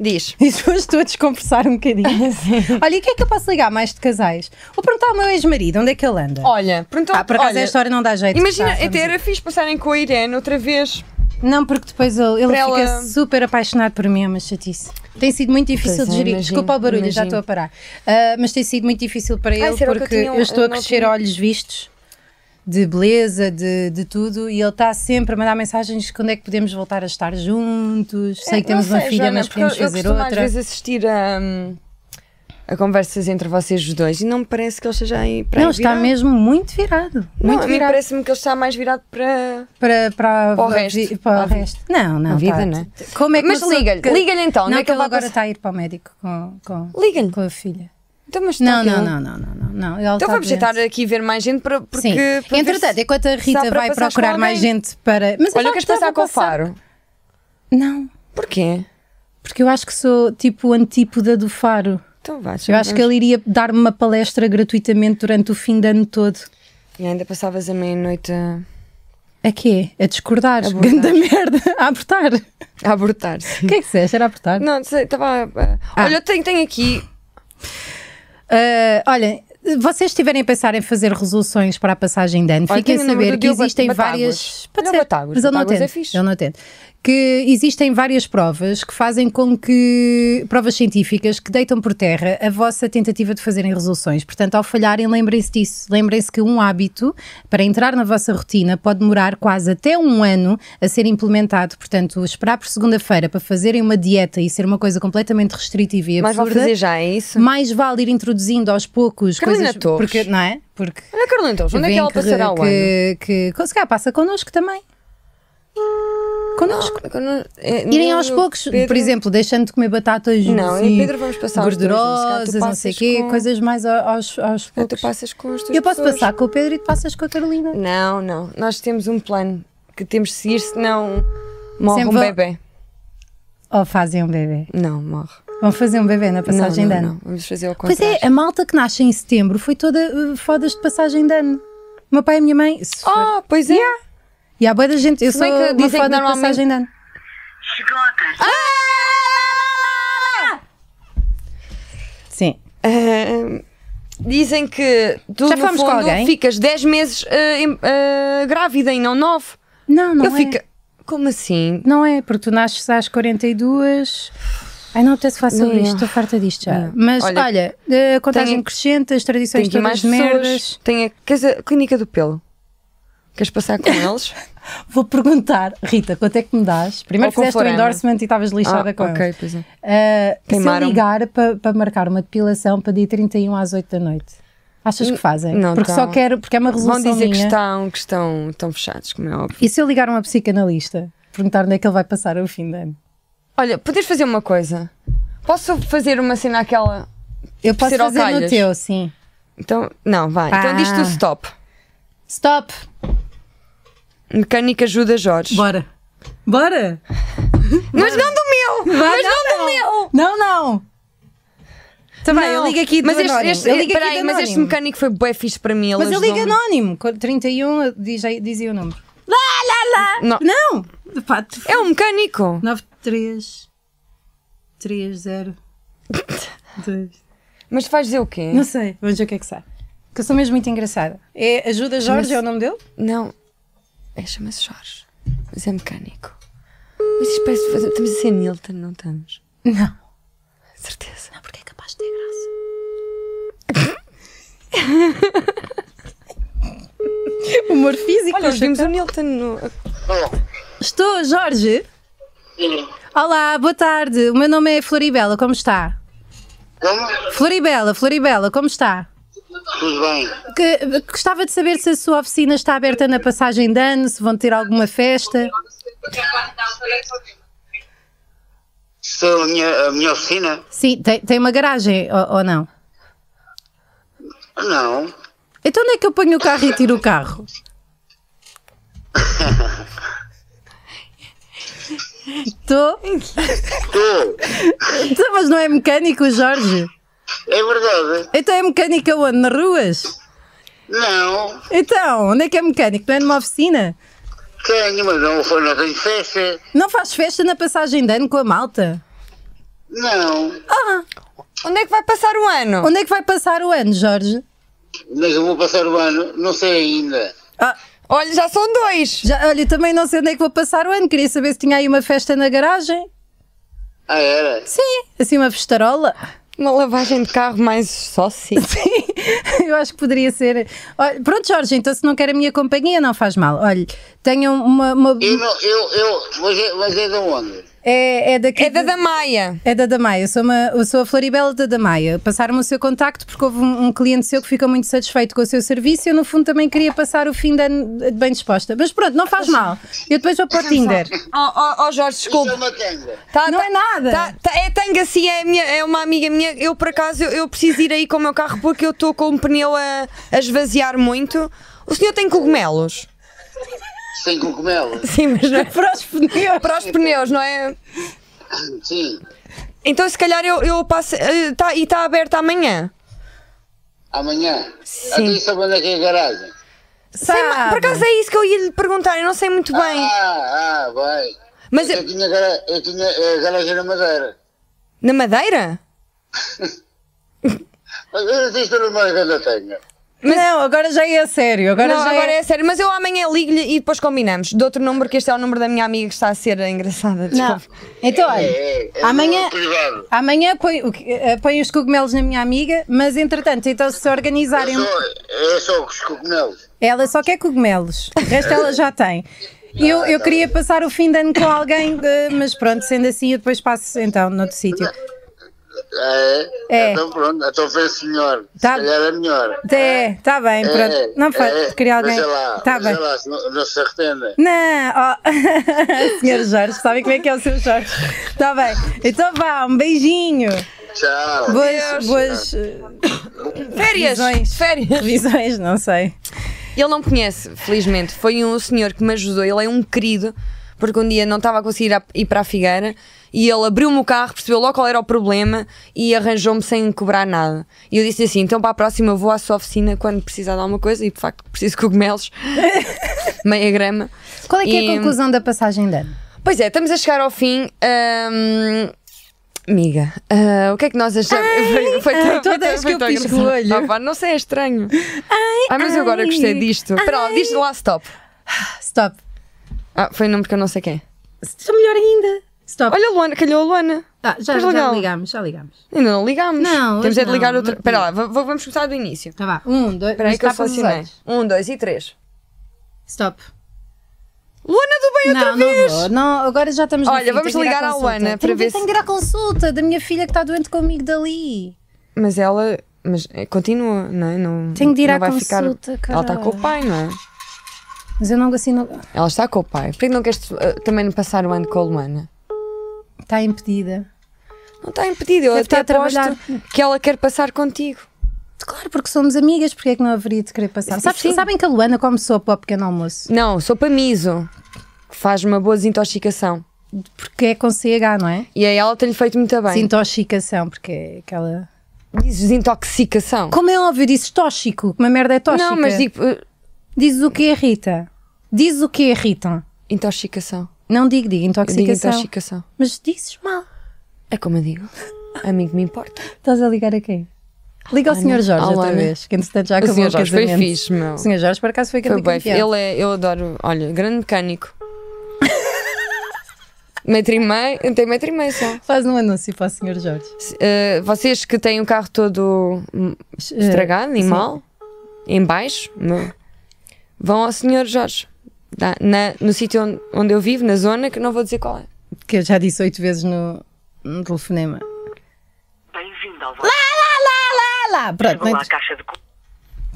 Speaker 2: diz.
Speaker 1: E depois estou a desconversar um bocadinho. Olha, e o que é que eu posso ligar mais de casais? Vou perguntar ao meu ex-marido onde é que ele anda.
Speaker 2: Olha, perguntou.
Speaker 1: ah, por acaso
Speaker 2: Oh, olha,
Speaker 1: esta hora não dá jeito.
Speaker 2: Imagina,
Speaker 1: tá, vamos
Speaker 2: até
Speaker 1: ir.
Speaker 2: era fixe passarem com a Irene outra vez.
Speaker 1: Não, porque depois ele, ele
Speaker 2: Para
Speaker 1: fica
Speaker 2: ela-
Speaker 1: super apaixonado por mim, é uma chatice. Tem sido muito difícil
Speaker 2: Pois
Speaker 1: de
Speaker 2: é,
Speaker 1: gerir.
Speaker 2: imagino,
Speaker 1: Desculpa o barulho, já
Speaker 2: imagino.
Speaker 1: estou a parar. Ah, mas tem sido muito difícil para ele
Speaker 2: será que eu
Speaker 1: porque
Speaker 2: tinha
Speaker 1: eu,
Speaker 2: um-
Speaker 1: estou a
Speaker 2: não
Speaker 1: crescer
Speaker 2: tinha?
Speaker 1: olhos vistos de beleza, de, de tudo, e ele está sempre a mandar mensagens de quando é que podemos voltar a estar juntos. sei que
Speaker 2: É, Não
Speaker 1: temos uma filha,
Speaker 2: Joana,
Speaker 1: mas
Speaker 2: porque
Speaker 1: podemos
Speaker 2: eu-
Speaker 1: fazer
Speaker 2: eu costumo
Speaker 1: outra.
Speaker 2: às vezes assistir a, hum, a conversas entre vocês os dois e não me parece que ele esteja aí para
Speaker 1: Não,
Speaker 2: aí
Speaker 1: está
Speaker 2: virado.
Speaker 1: mesmo muito virado.
Speaker 2: Não,
Speaker 1: muito
Speaker 2: a mim
Speaker 1: virado.
Speaker 2: parece-me que ele está mais virado para.
Speaker 1: para, para,
Speaker 2: Para o resto.
Speaker 1: para o
Speaker 2: Para a vi-
Speaker 1: resto. Não, não.
Speaker 2: a vida,
Speaker 1: tá-
Speaker 2: né?
Speaker 1: Como é que
Speaker 2: Mas
Speaker 1: uma pessoa
Speaker 2: liga-lhe,
Speaker 1: que-
Speaker 2: liga-lhe então, onde
Speaker 1: Não,
Speaker 2: é que ele vai
Speaker 1: agora
Speaker 2: passar?
Speaker 1: está a ir para o médico com, com,
Speaker 2: Liga-lhe.
Speaker 1: com a filha.
Speaker 2: Então, mas está
Speaker 1: Não, não,
Speaker 2: aqui.
Speaker 1: não, não, não, não. não. Ele está
Speaker 2: Então vamos
Speaker 1: doente.
Speaker 2: tentar aqui ver mais gente para, porque.
Speaker 1: Sim.
Speaker 2: para ver
Speaker 1: Entretanto,
Speaker 2: se-
Speaker 1: enquanto a
Speaker 2: se
Speaker 1: Rita
Speaker 2: dá para
Speaker 1: vai
Speaker 2: passares
Speaker 1: procurar
Speaker 2: com
Speaker 1: mais
Speaker 2: alguém.
Speaker 1: gente para. Mas eu
Speaker 2: Olha,
Speaker 1: já
Speaker 2: queres
Speaker 1: estava
Speaker 2: passar
Speaker 1: a
Speaker 2: com o é Faro?
Speaker 1: Não,
Speaker 2: Porquê?
Speaker 1: porque eu acho que sou tipo antípoda do Faro.
Speaker 2: Então vá,
Speaker 1: Eu acho que ele iria dar-me uma palestra gratuitamente durante o fim de ano todo.
Speaker 2: E ainda passavas a meia-noite a
Speaker 1: A quê? A discordar.
Speaker 2: A abordar.
Speaker 1: Grande É merda. A apertar. O
Speaker 2: a abortar-se.
Speaker 1: que é que disseste? Era apertar?
Speaker 2: Não, não sei, estava. a- Olha, eu tenho, tenho aqui.
Speaker 1: Ah, olha, vocês estiverem a pensar em fazer resoluções para a passagem de ano,
Speaker 2: Olha,
Speaker 1: fiquem a
Speaker 2: tenho o número
Speaker 1: saber
Speaker 2: do
Speaker 1: que
Speaker 2: Diogo
Speaker 1: existem
Speaker 2: Batáguas.
Speaker 1: várias.
Speaker 2: Não, Batáguas,
Speaker 1: mas eu não
Speaker 2: Batáguas
Speaker 1: atendo.
Speaker 2: é fixe.
Speaker 1: Eu não atendo. Que existem várias provas que fazem com que. provas científicas que deitam por terra a vossa tentativa de fazerem resoluções. Portanto, ao falharem, lembrem-se disso. Lembrem-se que um hábito, para entrar na vossa rotina, pode demorar quase até um ano a ser implementado. Portanto, esperar por segunda-feira para fazerem uma dieta e ser uma coisa completamente restritiva e
Speaker 2: Mas
Speaker 1: absurda.
Speaker 2: vou fazer já, é isso?
Speaker 1: Mais vale ir introduzindo aos poucos
Speaker 2: Carolina
Speaker 1: coisas.
Speaker 2: Torres.
Speaker 1: Porque, não é? Porque.
Speaker 2: Olha, Carolina, então, onde é que
Speaker 1: vem
Speaker 2: ela passará o ano?
Speaker 1: que, que, que- Se calhar passa connosco também. Connosco.
Speaker 2: Eu não- é,
Speaker 1: Irem
Speaker 2: eu,
Speaker 1: aos poucos,
Speaker 2: Pedro-
Speaker 1: por exemplo, deixando de comer batatas
Speaker 2: Não, eu e
Speaker 1: assim,
Speaker 2: Pedro vamos passar os dois, mas se
Speaker 1: gordurosas,
Speaker 2: calhar tu
Speaker 1: não sei
Speaker 2: passas
Speaker 1: quê,
Speaker 2: com-
Speaker 1: coisas mais a- aos, aos
Speaker 2: Ah, Tu
Speaker 1: poucos.
Speaker 2: passas com as tuas
Speaker 1: Eu posso
Speaker 2: pessoas.
Speaker 1: passar com o Pedro e tu passas com a Carolina.
Speaker 2: Não, não. Nós temos um plano que temos de seguir, senão morre
Speaker 1: Sempre
Speaker 2: um
Speaker 1: vou-
Speaker 2: bebê.
Speaker 1: Ou fazem um bebê.
Speaker 2: Não, morre.
Speaker 1: Vão fazer um bebê na
Speaker 2: Não,
Speaker 1: passagem
Speaker 2: não,
Speaker 1: de ano.
Speaker 2: não. Vamos fazer ao
Speaker 1: Pois
Speaker 2: contrário.
Speaker 1: é, a malta que nasce em setembro foi toda uh, fodas de passagem de ano. O meu pai e a minha mãe. se for-
Speaker 2: Ah, pois é.
Speaker 1: E há boa da gente. Eu
Speaker 2: Se
Speaker 1: sou
Speaker 2: bem que
Speaker 1: uma
Speaker 2: dizem que
Speaker 1: foda de
Speaker 2: normalmente-
Speaker 1: passagem de ano.
Speaker 3: Chegou a casa.
Speaker 1: Sim.
Speaker 2: Ah, dizem que tu,
Speaker 1: Já
Speaker 2: no
Speaker 1: fomos com
Speaker 2: fundo,
Speaker 1: alguém?
Speaker 2: ficas 10 meses ah, em- ah, grávida e não 9.
Speaker 1: Não, não
Speaker 2: Eu
Speaker 1: é.
Speaker 2: fico... Como assim?
Speaker 1: Não é, porque tu nasces às 42. Ai, não apetece que faça
Speaker 2: Não.
Speaker 1: isto, estou farta disto já.
Speaker 2: Não.
Speaker 1: Mas
Speaker 2: Olha,
Speaker 1: olha, eh, contagem
Speaker 2: tenho-
Speaker 1: crescente, as tradições
Speaker 2: Tem que ir mais
Speaker 1: todas
Speaker 2: pessoas.
Speaker 1: merdas.
Speaker 2: Tem a, queres a clínica do pelo. Queres passar com eles?
Speaker 1: Vou perguntar, Rita, quanto é que me dás? Primeiro
Speaker 2: Ou com
Speaker 1: fizeste o
Speaker 2: Florana.
Speaker 1: endorsement e estavas lixada
Speaker 2: Ah,
Speaker 1: com
Speaker 2: ok,
Speaker 1: eles.
Speaker 2: pois é.
Speaker 1: Eh, se eu
Speaker 2: Queimaram-me.
Speaker 1: ligar para para marcar uma depilação para dia 31 às 8 da noite, achas que fazem?
Speaker 2: não,
Speaker 1: porque
Speaker 2: tá.
Speaker 1: só quero, porque é uma
Speaker 2: Vão
Speaker 1: resolução
Speaker 2: dizer que
Speaker 1: minha.
Speaker 2: estão, que estão, estão fechados, como é óbvio.
Speaker 1: E se eu ligar a uma psicanalista, perguntar onde é que ele vai passar o fim de ano?
Speaker 2: Olha, podes fazer uma coisa? Posso fazer uma cena aquela.
Speaker 1: Eu posso
Speaker 2: Ser ao
Speaker 1: fazer no
Speaker 2: calhas.
Speaker 1: teu, sim.
Speaker 2: Então, não, vai. Então
Speaker 1: Ah.
Speaker 2: diz tu stop.
Speaker 1: Stop!
Speaker 2: Mecânica ajuda Jorge.
Speaker 1: Bora! Bora!
Speaker 2: Mas não do meu! mas não, do meu!
Speaker 1: Não, não! Também,
Speaker 2: Não,
Speaker 1: Então eu ligo aqui do
Speaker 2: mas este,
Speaker 1: anónimo.
Speaker 2: este,
Speaker 1: eu ligo aqui
Speaker 2: peraí,
Speaker 1: do
Speaker 2: mas este
Speaker 1: anónimo.
Speaker 2: mecânico foi bué fixe para mim. ele
Speaker 1: Mas eu ligo
Speaker 2: ajudou-me.
Speaker 1: anónimo. Co- 31, eu um, diz, aí- dizia o número.
Speaker 2: Não.
Speaker 1: Não! Pá,
Speaker 2: É um mecânico!
Speaker 1: 9, 3, 3, 0, 2.
Speaker 2: Mas vais dizer o quê?
Speaker 1: Não sei, vamos ver o que é que sai. Que eu sou mesmo muito engraçada. É Ajuda Jorge, é o nome dele?
Speaker 2: Não. É, chama-se Jorge. Mas é mecânico. Mas isto parece. fazer- Estamos a ser Nilton, não estamos?
Speaker 1: Não.
Speaker 2: Certeza.
Speaker 1: Porque é capaz de ter graça. Humor físico.
Speaker 2: Olha, vimos o Nilton no.
Speaker 1: Estou, Jorge.
Speaker 3: Sim.
Speaker 1: Olá, boa tarde. O meu nome é Floribela, como está?
Speaker 3: Como?
Speaker 1: Floribela, Floribela, como está?
Speaker 3: Tudo bem.
Speaker 1: Que- gostava de saber se a sua oficina está aberta na passagem de ano, se vão ter alguma festa.
Speaker 3: Estou a minha, a minha oficina?
Speaker 1: Sim, tem, tem uma garagem ou, ou não?
Speaker 3: Não.
Speaker 1: Então onde é que eu ponho o carro e tiro o carro? Estou?
Speaker 3: Estou.
Speaker 1: Então, Mas não é mecânico, Jorge?
Speaker 3: É verdade.
Speaker 1: Então é mecânico onde? Nas ruas?
Speaker 3: Não.
Speaker 1: Então, onde é que é mecânico? Não é numa oficina?
Speaker 3: Tenho, mas não, foi- não tenho festa.
Speaker 1: Não faz festa na passagem de ano com a malta?
Speaker 3: Não.
Speaker 1: Ah,
Speaker 2: Onde é que vai passar o ano?
Speaker 1: onde é que vai passar o ano, Jorge?
Speaker 3: Mas eu vou passar o ano, não sei ainda.
Speaker 1: Ah,
Speaker 2: Olha, já são dois!
Speaker 1: já, olha, também não sei onde é que vou passar o ano. Queria saber se tinha aí uma festa na garagem.
Speaker 3: Ah, era?
Speaker 1: Sim, assim uma festarola.
Speaker 2: Uma lavagem de carro mais sócio.
Speaker 1: Sim, eu acho que poderia ser. Olha, pronto, Jorge, então se não quer a minha companhia, não faz mal. Olha, tenho uma. uma-
Speaker 3: Eu não, eu, eu, mas é, mas é de onde?
Speaker 1: é, é daqui.
Speaker 2: É da da Maia.
Speaker 1: É da Damaia, eu sou, uma, eu sou a Floribela da Damaia. Passaram-me o seu contacto porque houve um, um cliente seu que ficou muito satisfeito com o seu serviço e eu, no fundo, também queria passar o fim de ano de- bem disposta. Mas pronto, não faz mal. Eu depois vou para o Tinder.
Speaker 2: Oh, oh, oh Jorge,
Speaker 3: Isso é
Speaker 2: desculpa.
Speaker 3: uma tanga.
Speaker 2: Tá,
Speaker 1: Não
Speaker 2: tá-
Speaker 1: é nada.
Speaker 2: tá- tá- é tanga, sim, é, a minha- é uma amiga minha. Eu, por acaso, eu, eu preciso ir aí com o meu carro porque eu estou com um pneu a, a esvaziar muito. O senhor tem cogumelos?
Speaker 3: Sem cogumelo?
Speaker 2: Sim, mas não é
Speaker 1: Para os pneus.
Speaker 2: para os pneus, não é?
Speaker 3: Sim.
Speaker 2: Então, se calhar, eu, eu passo. eh, tá- e está aberto amanhã?
Speaker 3: Amanhã?
Speaker 2: Sim.
Speaker 3: Até sabe onde é que é a garagem?
Speaker 2: Sei lá,
Speaker 1: Sabe?
Speaker 2: por acaso é isso que eu ia lhe perguntar, eu não sei muito bem.
Speaker 3: Ah, ah, vai.
Speaker 2: Mas é-
Speaker 3: eu,
Speaker 2: eu-
Speaker 3: tinha, gara- eu tinha eh, garagem na madeira.
Speaker 2: Na Madeira?
Speaker 4: Mas isto era mais grande tenha.
Speaker 1: Não, agora já é a sério. Agora
Speaker 2: não,
Speaker 1: já
Speaker 2: agora
Speaker 1: é...
Speaker 2: é... sério, mas eu amanhã ligo-lhe e depois combinamos. Dou outro número, porque este é o número da minha amiga que está a ser engraçada.
Speaker 1: Não.
Speaker 2: Desculpa.
Speaker 1: Então, olha,
Speaker 4: É, é, é
Speaker 1: amanhã,
Speaker 4: privado.
Speaker 1: amanhã põe, o que- eh, põe os cogumelos na minha amiga, mas entretanto, então se
Speaker 4: É
Speaker 1: organizarem.
Speaker 4: só, é só os cogumelos.
Speaker 1: Ela só quer cogumelos, o resto ela já tem. Eu, eu queria passar o fim de ano com alguém, eh, mas pronto, sendo assim, eu depois passo então noutro sítio.
Speaker 4: eh, É?
Speaker 1: É.
Speaker 4: Então pronto, então fez melhor.
Speaker 1: Tá.
Speaker 4: Se calhar é melhor. é.
Speaker 1: É, tá
Speaker 4: eh,
Speaker 1: bem, pronto. Não faz, queria alguém.
Speaker 4: Veja eh, lá,
Speaker 1: Tá
Speaker 4: veja
Speaker 1: bem.
Speaker 4: lá, se não, não se arrependa.
Speaker 1: Não, oh. senhor Jorge, sabem como é que é o seu Jorge? Tá bem, então vá, um beijinho.
Speaker 4: Tchau.
Speaker 1: Boas, boas eh,
Speaker 2: Férias!
Speaker 1: Visões.
Speaker 2: Férias!
Speaker 1: visões, não sei.
Speaker 2: Ele não me conhece, felizmente. Foi um senhor que me ajudou. Ele é um querido, porque um dia não estava a conseguir ir à- ir para a Figueira e ele abriu-me o carro, percebeu logo qual era o problema e arranjou-me sem cobrar nada. E eu disse assim: então para a próxima eu vou à sua oficina quando precisar de alguma coisa e de facto preciso de cogumelos, meia grama.
Speaker 1: Qual é que é a
Speaker 2: E-
Speaker 1: conclusão da passagem de ano?
Speaker 2: Pois é, estamos a chegar ao fim. Ahm, Amiga, ah, o que é que nós achamos? foi, Ah, foi
Speaker 1: ai, toda vez que eu pisco o
Speaker 2: engraçado.
Speaker 1: olho.
Speaker 2: Ah, pá, não sei, é estranho. Ai, mas eu agora
Speaker 1: ai,
Speaker 2: gostei disto. Espera, lá, diz lá stop.
Speaker 1: Stop.
Speaker 2: Ah, foi um número que eu não sei quem.
Speaker 1: Estou melhor ainda. Stop.
Speaker 2: Olha, Luana, calhou a Luana.
Speaker 1: Tá, já,
Speaker 2: mas
Speaker 1: já
Speaker 2: legal.
Speaker 1: ligámos, já ligámos.
Speaker 2: Ainda não ligámos.
Speaker 1: Não,
Speaker 2: Temos é de
Speaker 1: não,
Speaker 2: ligar outra.
Speaker 1: não.
Speaker 2: Espera lá, v- v- vamos começar do início.
Speaker 1: Tá vá. Um, dois,
Speaker 2: Espera aí
Speaker 1: mas
Speaker 2: que eu
Speaker 1: tapa-me os
Speaker 2: selecionei.
Speaker 1: olhos.
Speaker 2: Um, dois e três.
Speaker 1: Stop.
Speaker 2: Luana do bem outra
Speaker 1: não,
Speaker 2: vez!
Speaker 1: não vou. Não, agora já estamos no
Speaker 2: Olha,
Speaker 1: fim,
Speaker 2: vamos
Speaker 1: tenho que ir
Speaker 2: ligar à
Speaker 1: consulta.
Speaker 2: Luana
Speaker 1: Tenho
Speaker 2: para
Speaker 1: que-
Speaker 2: ver se-
Speaker 1: Tenho que ir à consulta da minha filha que está doente comigo dali.
Speaker 2: Mas ela. Mas eh, continua, não é? Não,
Speaker 1: Tenho de ir
Speaker 2: não
Speaker 1: à
Speaker 2: vai
Speaker 1: consulta,
Speaker 2: ficar... Ela está com o
Speaker 1: caralho.
Speaker 2: pai, não é?
Speaker 1: Mas eu não assino.
Speaker 2: Ela está com o pai. Por que não queres eh, também não passar o ano com a Luana?
Speaker 1: Está impedida.
Speaker 2: Não está impedido. Eu
Speaker 1: Deve
Speaker 2: até
Speaker 1: estar a
Speaker 2: aposto
Speaker 1: trabalhar.
Speaker 2: que ela quer passar contigo.
Speaker 1: Claro, porque somos amigas, porque é que não haveria de querer passar? Sabes,
Speaker 2: Sim.
Speaker 1: sabem que a Luana come sopa ao pequeno almoço?
Speaker 2: Não, sopa miso. Que faz uma boa desintoxicação.
Speaker 1: Porque é com CH, não é?
Speaker 2: E aí ela tem-lhe feito muito bem.
Speaker 1: Desintoxicação, porque é aquela.
Speaker 2: Diz desintoxicação.
Speaker 1: Como é óbvio, dizes tóxico, que uma merda é tóxica.
Speaker 2: Não, mas digo eh,
Speaker 1: Dizes o que é Rita? Dizes o que é Rita?
Speaker 2: intoxicação.
Speaker 1: Não digo, digo
Speaker 2: Eu digo
Speaker 1: intoxicação.
Speaker 2: intoxicação.
Speaker 1: Mas dizes mal.
Speaker 2: É como eu digo. A mim que me importa.
Speaker 1: Estás a ligar a quem? Liga ao Sr. Jorge
Speaker 2: à
Speaker 1: outra
Speaker 2: Luana.
Speaker 1: vez, que entretanto já acabou
Speaker 2: Sr.
Speaker 1: o
Speaker 2: Jorge
Speaker 1: casamento.
Speaker 2: foi fixe, meu.
Speaker 1: O Sr. Jorge, por acaso, foi
Speaker 2: Foi
Speaker 1: aquele
Speaker 2: bem. Ele é, eu adoro. Olha, grande mecânico. metro e meio. Tem metro e meio só.
Speaker 1: Faz um anúncio para o Sr. Jorge.
Speaker 2: Se, eh, vocês que têm o carro todo hum, estragado e
Speaker 1: Eh, sim.
Speaker 2: mal, em baixo, no- vão ao Senhor Jorge. Dá- na- no sítio onde, onde eu vivo, na zona, que não vou dizer qual é.
Speaker 1: Que eu já disse oito vezes no, no telefonema.
Speaker 5: Bem-vindo ao vosso
Speaker 1: Ah lá, pronto. não
Speaker 5: Olá,
Speaker 1: inter-
Speaker 5: caixa de correio.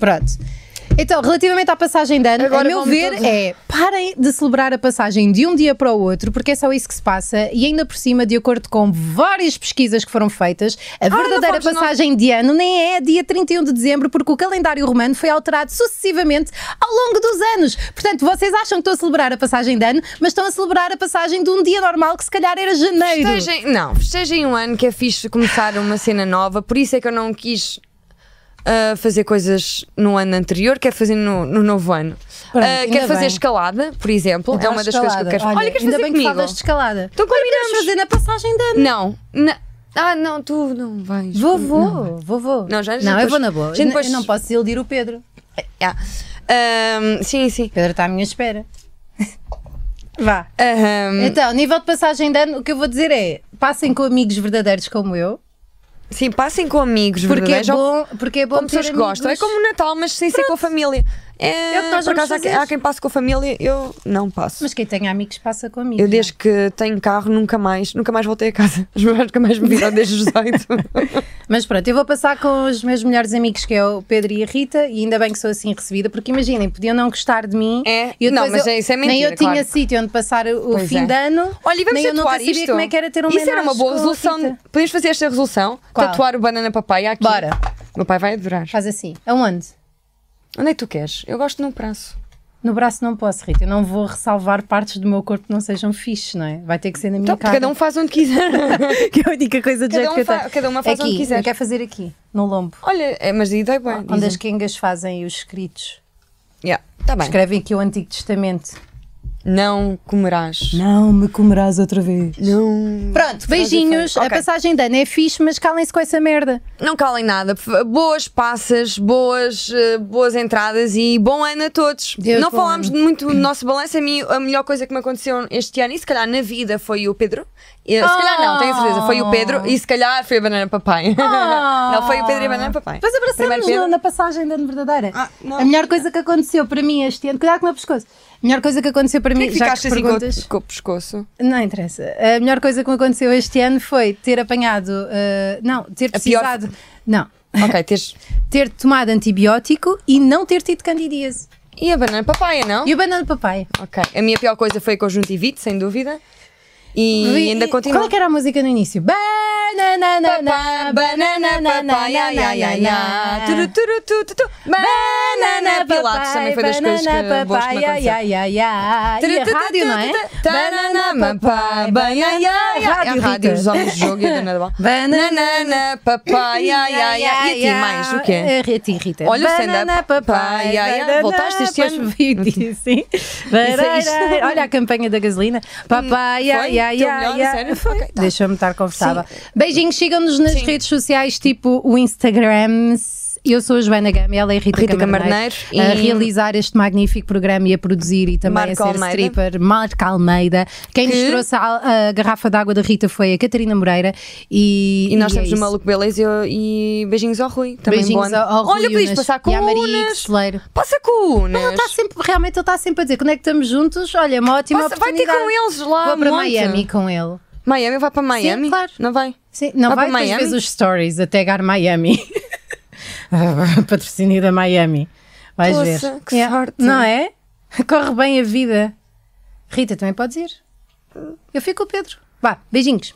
Speaker 1: Pronto. Então, relativamente à passagem de ano,
Speaker 2: Agora
Speaker 1: a meu
Speaker 2: vão-me
Speaker 1: ver
Speaker 2: todos-
Speaker 1: é parem de celebrar a passagem de um dia para o outro, porque é só isso que se passa, e ainda por cima, de acordo com várias pesquisas que foram feitas, a verdadeira
Speaker 2: vamos, não.
Speaker 1: passagem de ano nem é dia 31 de dezembro, porque o calendário romano foi alterado sucessivamente ao longo dos anos. Portanto, vocês acham que estão a celebrar a passagem de ano, mas estão a celebrar a passagem de um dia normal, que se calhar era janeiro.
Speaker 2: Festejem, não, festejem um ano que é fixe começar uma cena nova, por isso é que eu não quis ah, fazer coisas no ano anterior, quero fazer no, no novo ano.
Speaker 1: Pronto,
Speaker 2: Ah,
Speaker 1: ainda
Speaker 2: quero fazer
Speaker 1: bem.
Speaker 2: escalada, por exemplo, é
Speaker 1: Então,
Speaker 2: uma das
Speaker 1: escalada.
Speaker 2: coisas que eu quero
Speaker 1: Olha,
Speaker 2: fazer. Olha, queres
Speaker 1: ainda
Speaker 2: fazer
Speaker 1: bem que
Speaker 2: comigo?
Speaker 1: falas de escalada.
Speaker 2: Então
Speaker 1: Vamos
Speaker 2: combinamos.
Speaker 1: fazer na passagem de ano.
Speaker 2: Não, na- ah, não, tu não vais.
Speaker 1: Vou, vou, vou, vou.
Speaker 2: Não, já- já
Speaker 1: não eu
Speaker 2: depois-
Speaker 1: vou na boa.
Speaker 2: já
Speaker 1: Eu-
Speaker 2: depois-
Speaker 1: Eu não posso iludir o Pedro.
Speaker 2: Ah, ah, sim, sim.
Speaker 1: O Pedro está à minha espera. Vá.
Speaker 2: Aham,
Speaker 1: Então, nível de passagem de ano, o que eu vou dizer é: passem com amigos verdadeiros como eu,
Speaker 2: Sim, passem com amigos,
Speaker 1: porque é
Speaker 2: verdadeiros, ou
Speaker 1: bom, porque é bom
Speaker 2: com
Speaker 1: ter
Speaker 2: pessoas que gostam. É
Speaker 1: amigos.
Speaker 2: como o Natal, mas sem ser com a família. É,
Speaker 1: É o que nós
Speaker 2: por
Speaker 1: vamos
Speaker 2: acaso, há quem-
Speaker 1: fazer.
Speaker 2: há quem passe com a família, eu não passo.
Speaker 1: Mas quem tem amigos passa com amigos. é?
Speaker 2: eu desde que tenho carro nunca mais, nunca mais voltei a casa. Os meus pais nunca é mais me viram desde os 18.
Speaker 1: Mas pronto, eu vou passar com os meus melhores amigos, que é o Pedro e a Rita, e ainda bem que sou assim recebida, porque imaginem, podiam não gostar de mim.
Speaker 2: É,
Speaker 1: e eu
Speaker 2: não,
Speaker 1: depois
Speaker 2: mas é- isso é
Speaker 1: Nem
Speaker 2: mentira,
Speaker 1: eu tinha
Speaker 2: claro.
Speaker 1: sítio onde passar o
Speaker 2: Pois
Speaker 1: fim
Speaker 2: é.
Speaker 1: de ano.
Speaker 2: Olha, e vamos
Speaker 1: nem eu nunca
Speaker 2: tatuar
Speaker 1: sabia
Speaker 2: isto.
Speaker 1: como é que era ter um
Speaker 2: Isso era uma boa resolução. Podemos fazer esta resolução?
Speaker 1: Qual?
Speaker 2: Tatuar o banana papaya aqui.
Speaker 1: Bora.
Speaker 2: Meu pai vai adorar.
Speaker 1: Faz assim. Aonde?
Speaker 2: Onde é que tu queres? Eu gosto num prazo.
Speaker 1: No braço não posso, Rita. Eu não vou ressalvar partes do meu corpo que não sejam fixe, não é? Vai ter que ser na minha
Speaker 2: Então,
Speaker 1: cara.
Speaker 2: cada um faz onde quiser.
Speaker 1: que é a única coisa de
Speaker 2: Cada
Speaker 1: jeito
Speaker 2: um
Speaker 1: que eu
Speaker 2: fa-
Speaker 1: tenho. É
Speaker 2: cada uma faz
Speaker 1: aqui,
Speaker 2: onde quiser.
Speaker 1: Eu quero fazer aqui, no lombo.
Speaker 2: Olha, é, mas daí dói bem.
Speaker 1: Onde as
Speaker 2: dizem.
Speaker 1: quengas fazem os escritos.
Speaker 2: Yeah, Tá bem.
Speaker 1: Escrevem aqui o Antigo Testamento.
Speaker 2: Não comerás.
Speaker 1: Não me comerás outra vez.
Speaker 2: Não.
Speaker 1: Pronto, beijinhos.
Speaker 2: Ok.
Speaker 1: A passagem de ano é fixe, mas calem-se com essa merda.
Speaker 2: Não calem nada. F- Boas passas, boas, eh, boas entradas e bom ano a todos.
Speaker 1: Deus
Speaker 2: não
Speaker 1: bom
Speaker 2: falámos
Speaker 1: ano.
Speaker 2: muito do nosso balanço. A mim, a melhor coisa que me aconteceu este ano, e se calhar na vida, foi o Pedro. E, Se calhar não,
Speaker 1: Ah.
Speaker 2: tenho certeza. Foi o Pedro e se calhar foi a Banana Papai. Não, foi o Pedro e a Banana Papai.
Speaker 1: Ah. Mas
Speaker 2: Primeiro
Speaker 1: abraçamos
Speaker 2: Pedro.
Speaker 1: na, na passagem da verdadeira.
Speaker 2: Ah, não.
Speaker 1: a melhor coisa que aconteceu para mim este ano. Cuidado com o meu pescoço. A melhor coisa que aconteceu para
Speaker 2: Porquê
Speaker 1: mim.
Speaker 2: que
Speaker 1: já
Speaker 2: ficaste
Speaker 1: que
Speaker 2: assim com,
Speaker 1: perguntas,
Speaker 2: o- com o pescoço?
Speaker 1: Não interessa. A melhor coisa que me aconteceu este ano foi ter apanhado. eh, não, ter
Speaker 2: A pior-
Speaker 1: precisado. Não.
Speaker 2: Ok, tens.
Speaker 1: Ter tomado antibiótico e não ter tido candidíase.
Speaker 2: E a Banana Papaya, não?
Speaker 1: E o banana papai.
Speaker 2: Ok. A minha pior coisa foi conjuntivite, sem dúvida. E
Speaker 1: Vi-
Speaker 2: ainda continua.
Speaker 1: Qual é que era a música no início? Banana,
Speaker 2: Papá, banana, papaya, ya, ya, ya. Turu, turu, tu, tu, tu. Banana, pilates também foi das coisas que
Speaker 1: banana,
Speaker 2: boas que me
Speaker 1: papaya, ya,
Speaker 2: aconteceram.
Speaker 1: ya, ya. E a rádio, não é?
Speaker 2: Banana, papaya, ya, ya. É A
Speaker 1: Rádio,
Speaker 2: rádio,
Speaker 1: Rita.
Speaker 2: os homens de jogo e a dona da bola.
Speaker 1: Banana,
Speaker 2: Banana, papaya, ya, ya. E a ti mais, o quê?
Speaker 1: Eh, A ti, Rita.
Speaker 2: Olha o stand-up.
Speaker 1: Banana, papai,
Speaker 2: Ya, ya.
Speaker 1: banana,
Speaker 2: Voltaste este
Speaker 1: pois
Speaker 2: ano?
Speaker 1: vi, sim.
Speaker 2: é isto. Hum,
Speaker 1: Barará. Olha a campanha da gasolina. Papai,
Speaker 2: foi?
Speaker 1: ai, ai,
Speaker 2: Teu melhor,
Speaker 1: ai,
Speaker 2: a
Speaker 1: ai.
Speaker 2: sério?
Speaker 1: Foi.
Speaker 2: Ok, tá.
Speaker 1: Deixa-me estar confortável. Beijinhos, sigam-nos nas redes sociais, tipo o Instagram. Eu sou a Joana Gama, ela é a Rita,
Speaker 2: Rita
Speaker 1: Camarneiro,
Speaker 2: Camarneiro
Speaker 1: a
Speaker 2: e-
Speaker 1: realizar este magnífico programa e a produzir e também
Speaker 2: Marco
Speaker 1: a ser
Speaker 2: Almeida.
Speaker 1: stripper, Marco Almeida. Quem nos
Speaker 2: Que-
Speaker 1: trouxe a, a garrafa d'água da Rita foi a Catarina Moreira e,
Speaker 2: E nós
Speaker 1: e é
Speaker 2: temos o
Speaker 1: isso.
Speaker 2: Maluco Beleza e o- e beijinhos ao Rui. Também
Speaker 1: Beijinhos
Speaker 2: bom.
Speaker 1: ao, ao Rui
Speaker 2: Olha, podias
Speaker 1: Unas tá
Speaker 2: passar
Speaker 1: e à Maria
Speaker 2: colunas.
Speaker 1: Celeiro.
Speaker 2: Passa colunas.
Speaker 1: Ele está sempre, realmente ele está sempre a dizer quando é que estamos juntos, olha, assim, uma ótima
Speaker 2: Passa- vai ter
Speaker 1: oportunidade.
Speaker 2: com eles lá.
Speaker 1: Vou
Speaker 2: um
Speaker 1: para
Speaker 2: monte.
Speaker 1: Miami com ele.
Speaker 2: Miami vai para Miami?
Speaker 1: claro.
Speaker 2: Não vai?
Speaker 1: Sim, não
Speaker 2: Vai
Speaker 1: vai,
Speaker 2: para
Speaker 1: depois
Speaker 2: Miami?
Speaker 1: vês os stories a tagar Miami. Patrocínio da Miami. Vais
Speaker 2: Poça,
Speaker 1: ver.
Speaker 2: que sorte.
Speaker 1: Não é? Corre bem a vida. Rita, também podes ir. Eu fico com o Pedro. Vá, beijinhos.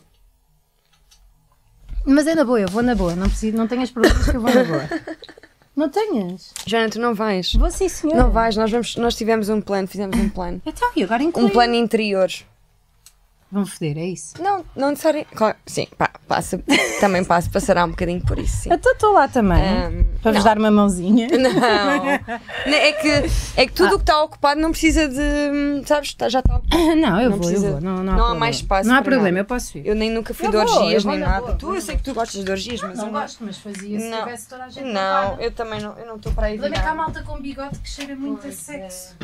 Speaker 1: Mas é na boa, eu vou na boa. Não, preciso, não tenhas problemas que eu vou na boa. Não tenhas?
Speaker 2: Joana, tu não vais.
Speaker 1: Vou sim, senhor.
Speaker 2: Não vais, nós, vamos, nós tivemos um plano, fizemos um plano.
Speaker 1: Então, e agora inclui.
Speaker 2: Um plano interior.
Speaker 1: Vão foder, é isso?
Speaker 2: Não, não necessariamente. Claro, sim, pá, passa, também passo, passará um bocadinho por isso, sim.
Speaker 1: Então estou lá também.
Speaker 2: Ahm,
Speaker 1: para vos dar uma mãozinha.
Speaker 2: Não. Não, É que, é que tudo o que está ocupado não precisa de. hum, Sabes? tá- Já está ocupado.
Speaker 1: Não, eu
Speaker 2: Não
Speaker 1: vou,
Speaker 2: precisa-
Speaker 1: eu vou. Não, não, há,
Speaker 2: não há
Speaker 1: problema.
Speaker 2: mais espaço
Speaker 1: Não há
Speaker 2: para
Speaker 1: problema,
Speaker 2: nada.
Speaker 1: eu posso ir.
Speaker 2: Eu nem nunca fui
Speaker 1: Eu
Speaker 2: de
Speaker 1: vou,
Speaker 2: orgias
Speaker 1: eu vou
Speaker 2: nem
Speaker 1: na
Speaker 2: nada.
Speaker 1: Tá boa,
Speaker 2: tu, eu sei que tu gostas de orgias, mas eu
Speaker 1: Não
Speaker 2: não.
Speaker 1: gosto, mas fazia se
Speaker 2: Não.
Speaker 1: tivesse toda a gente
Speaker 2: Não,
Speaker 1: ocupada.
Speaker 2: eu
Speaker 1: é
Speaker 2: também não, é. eu não estou para aí.
Speaker 1: Lembra que há malta com bigode que cheira muito a sexo.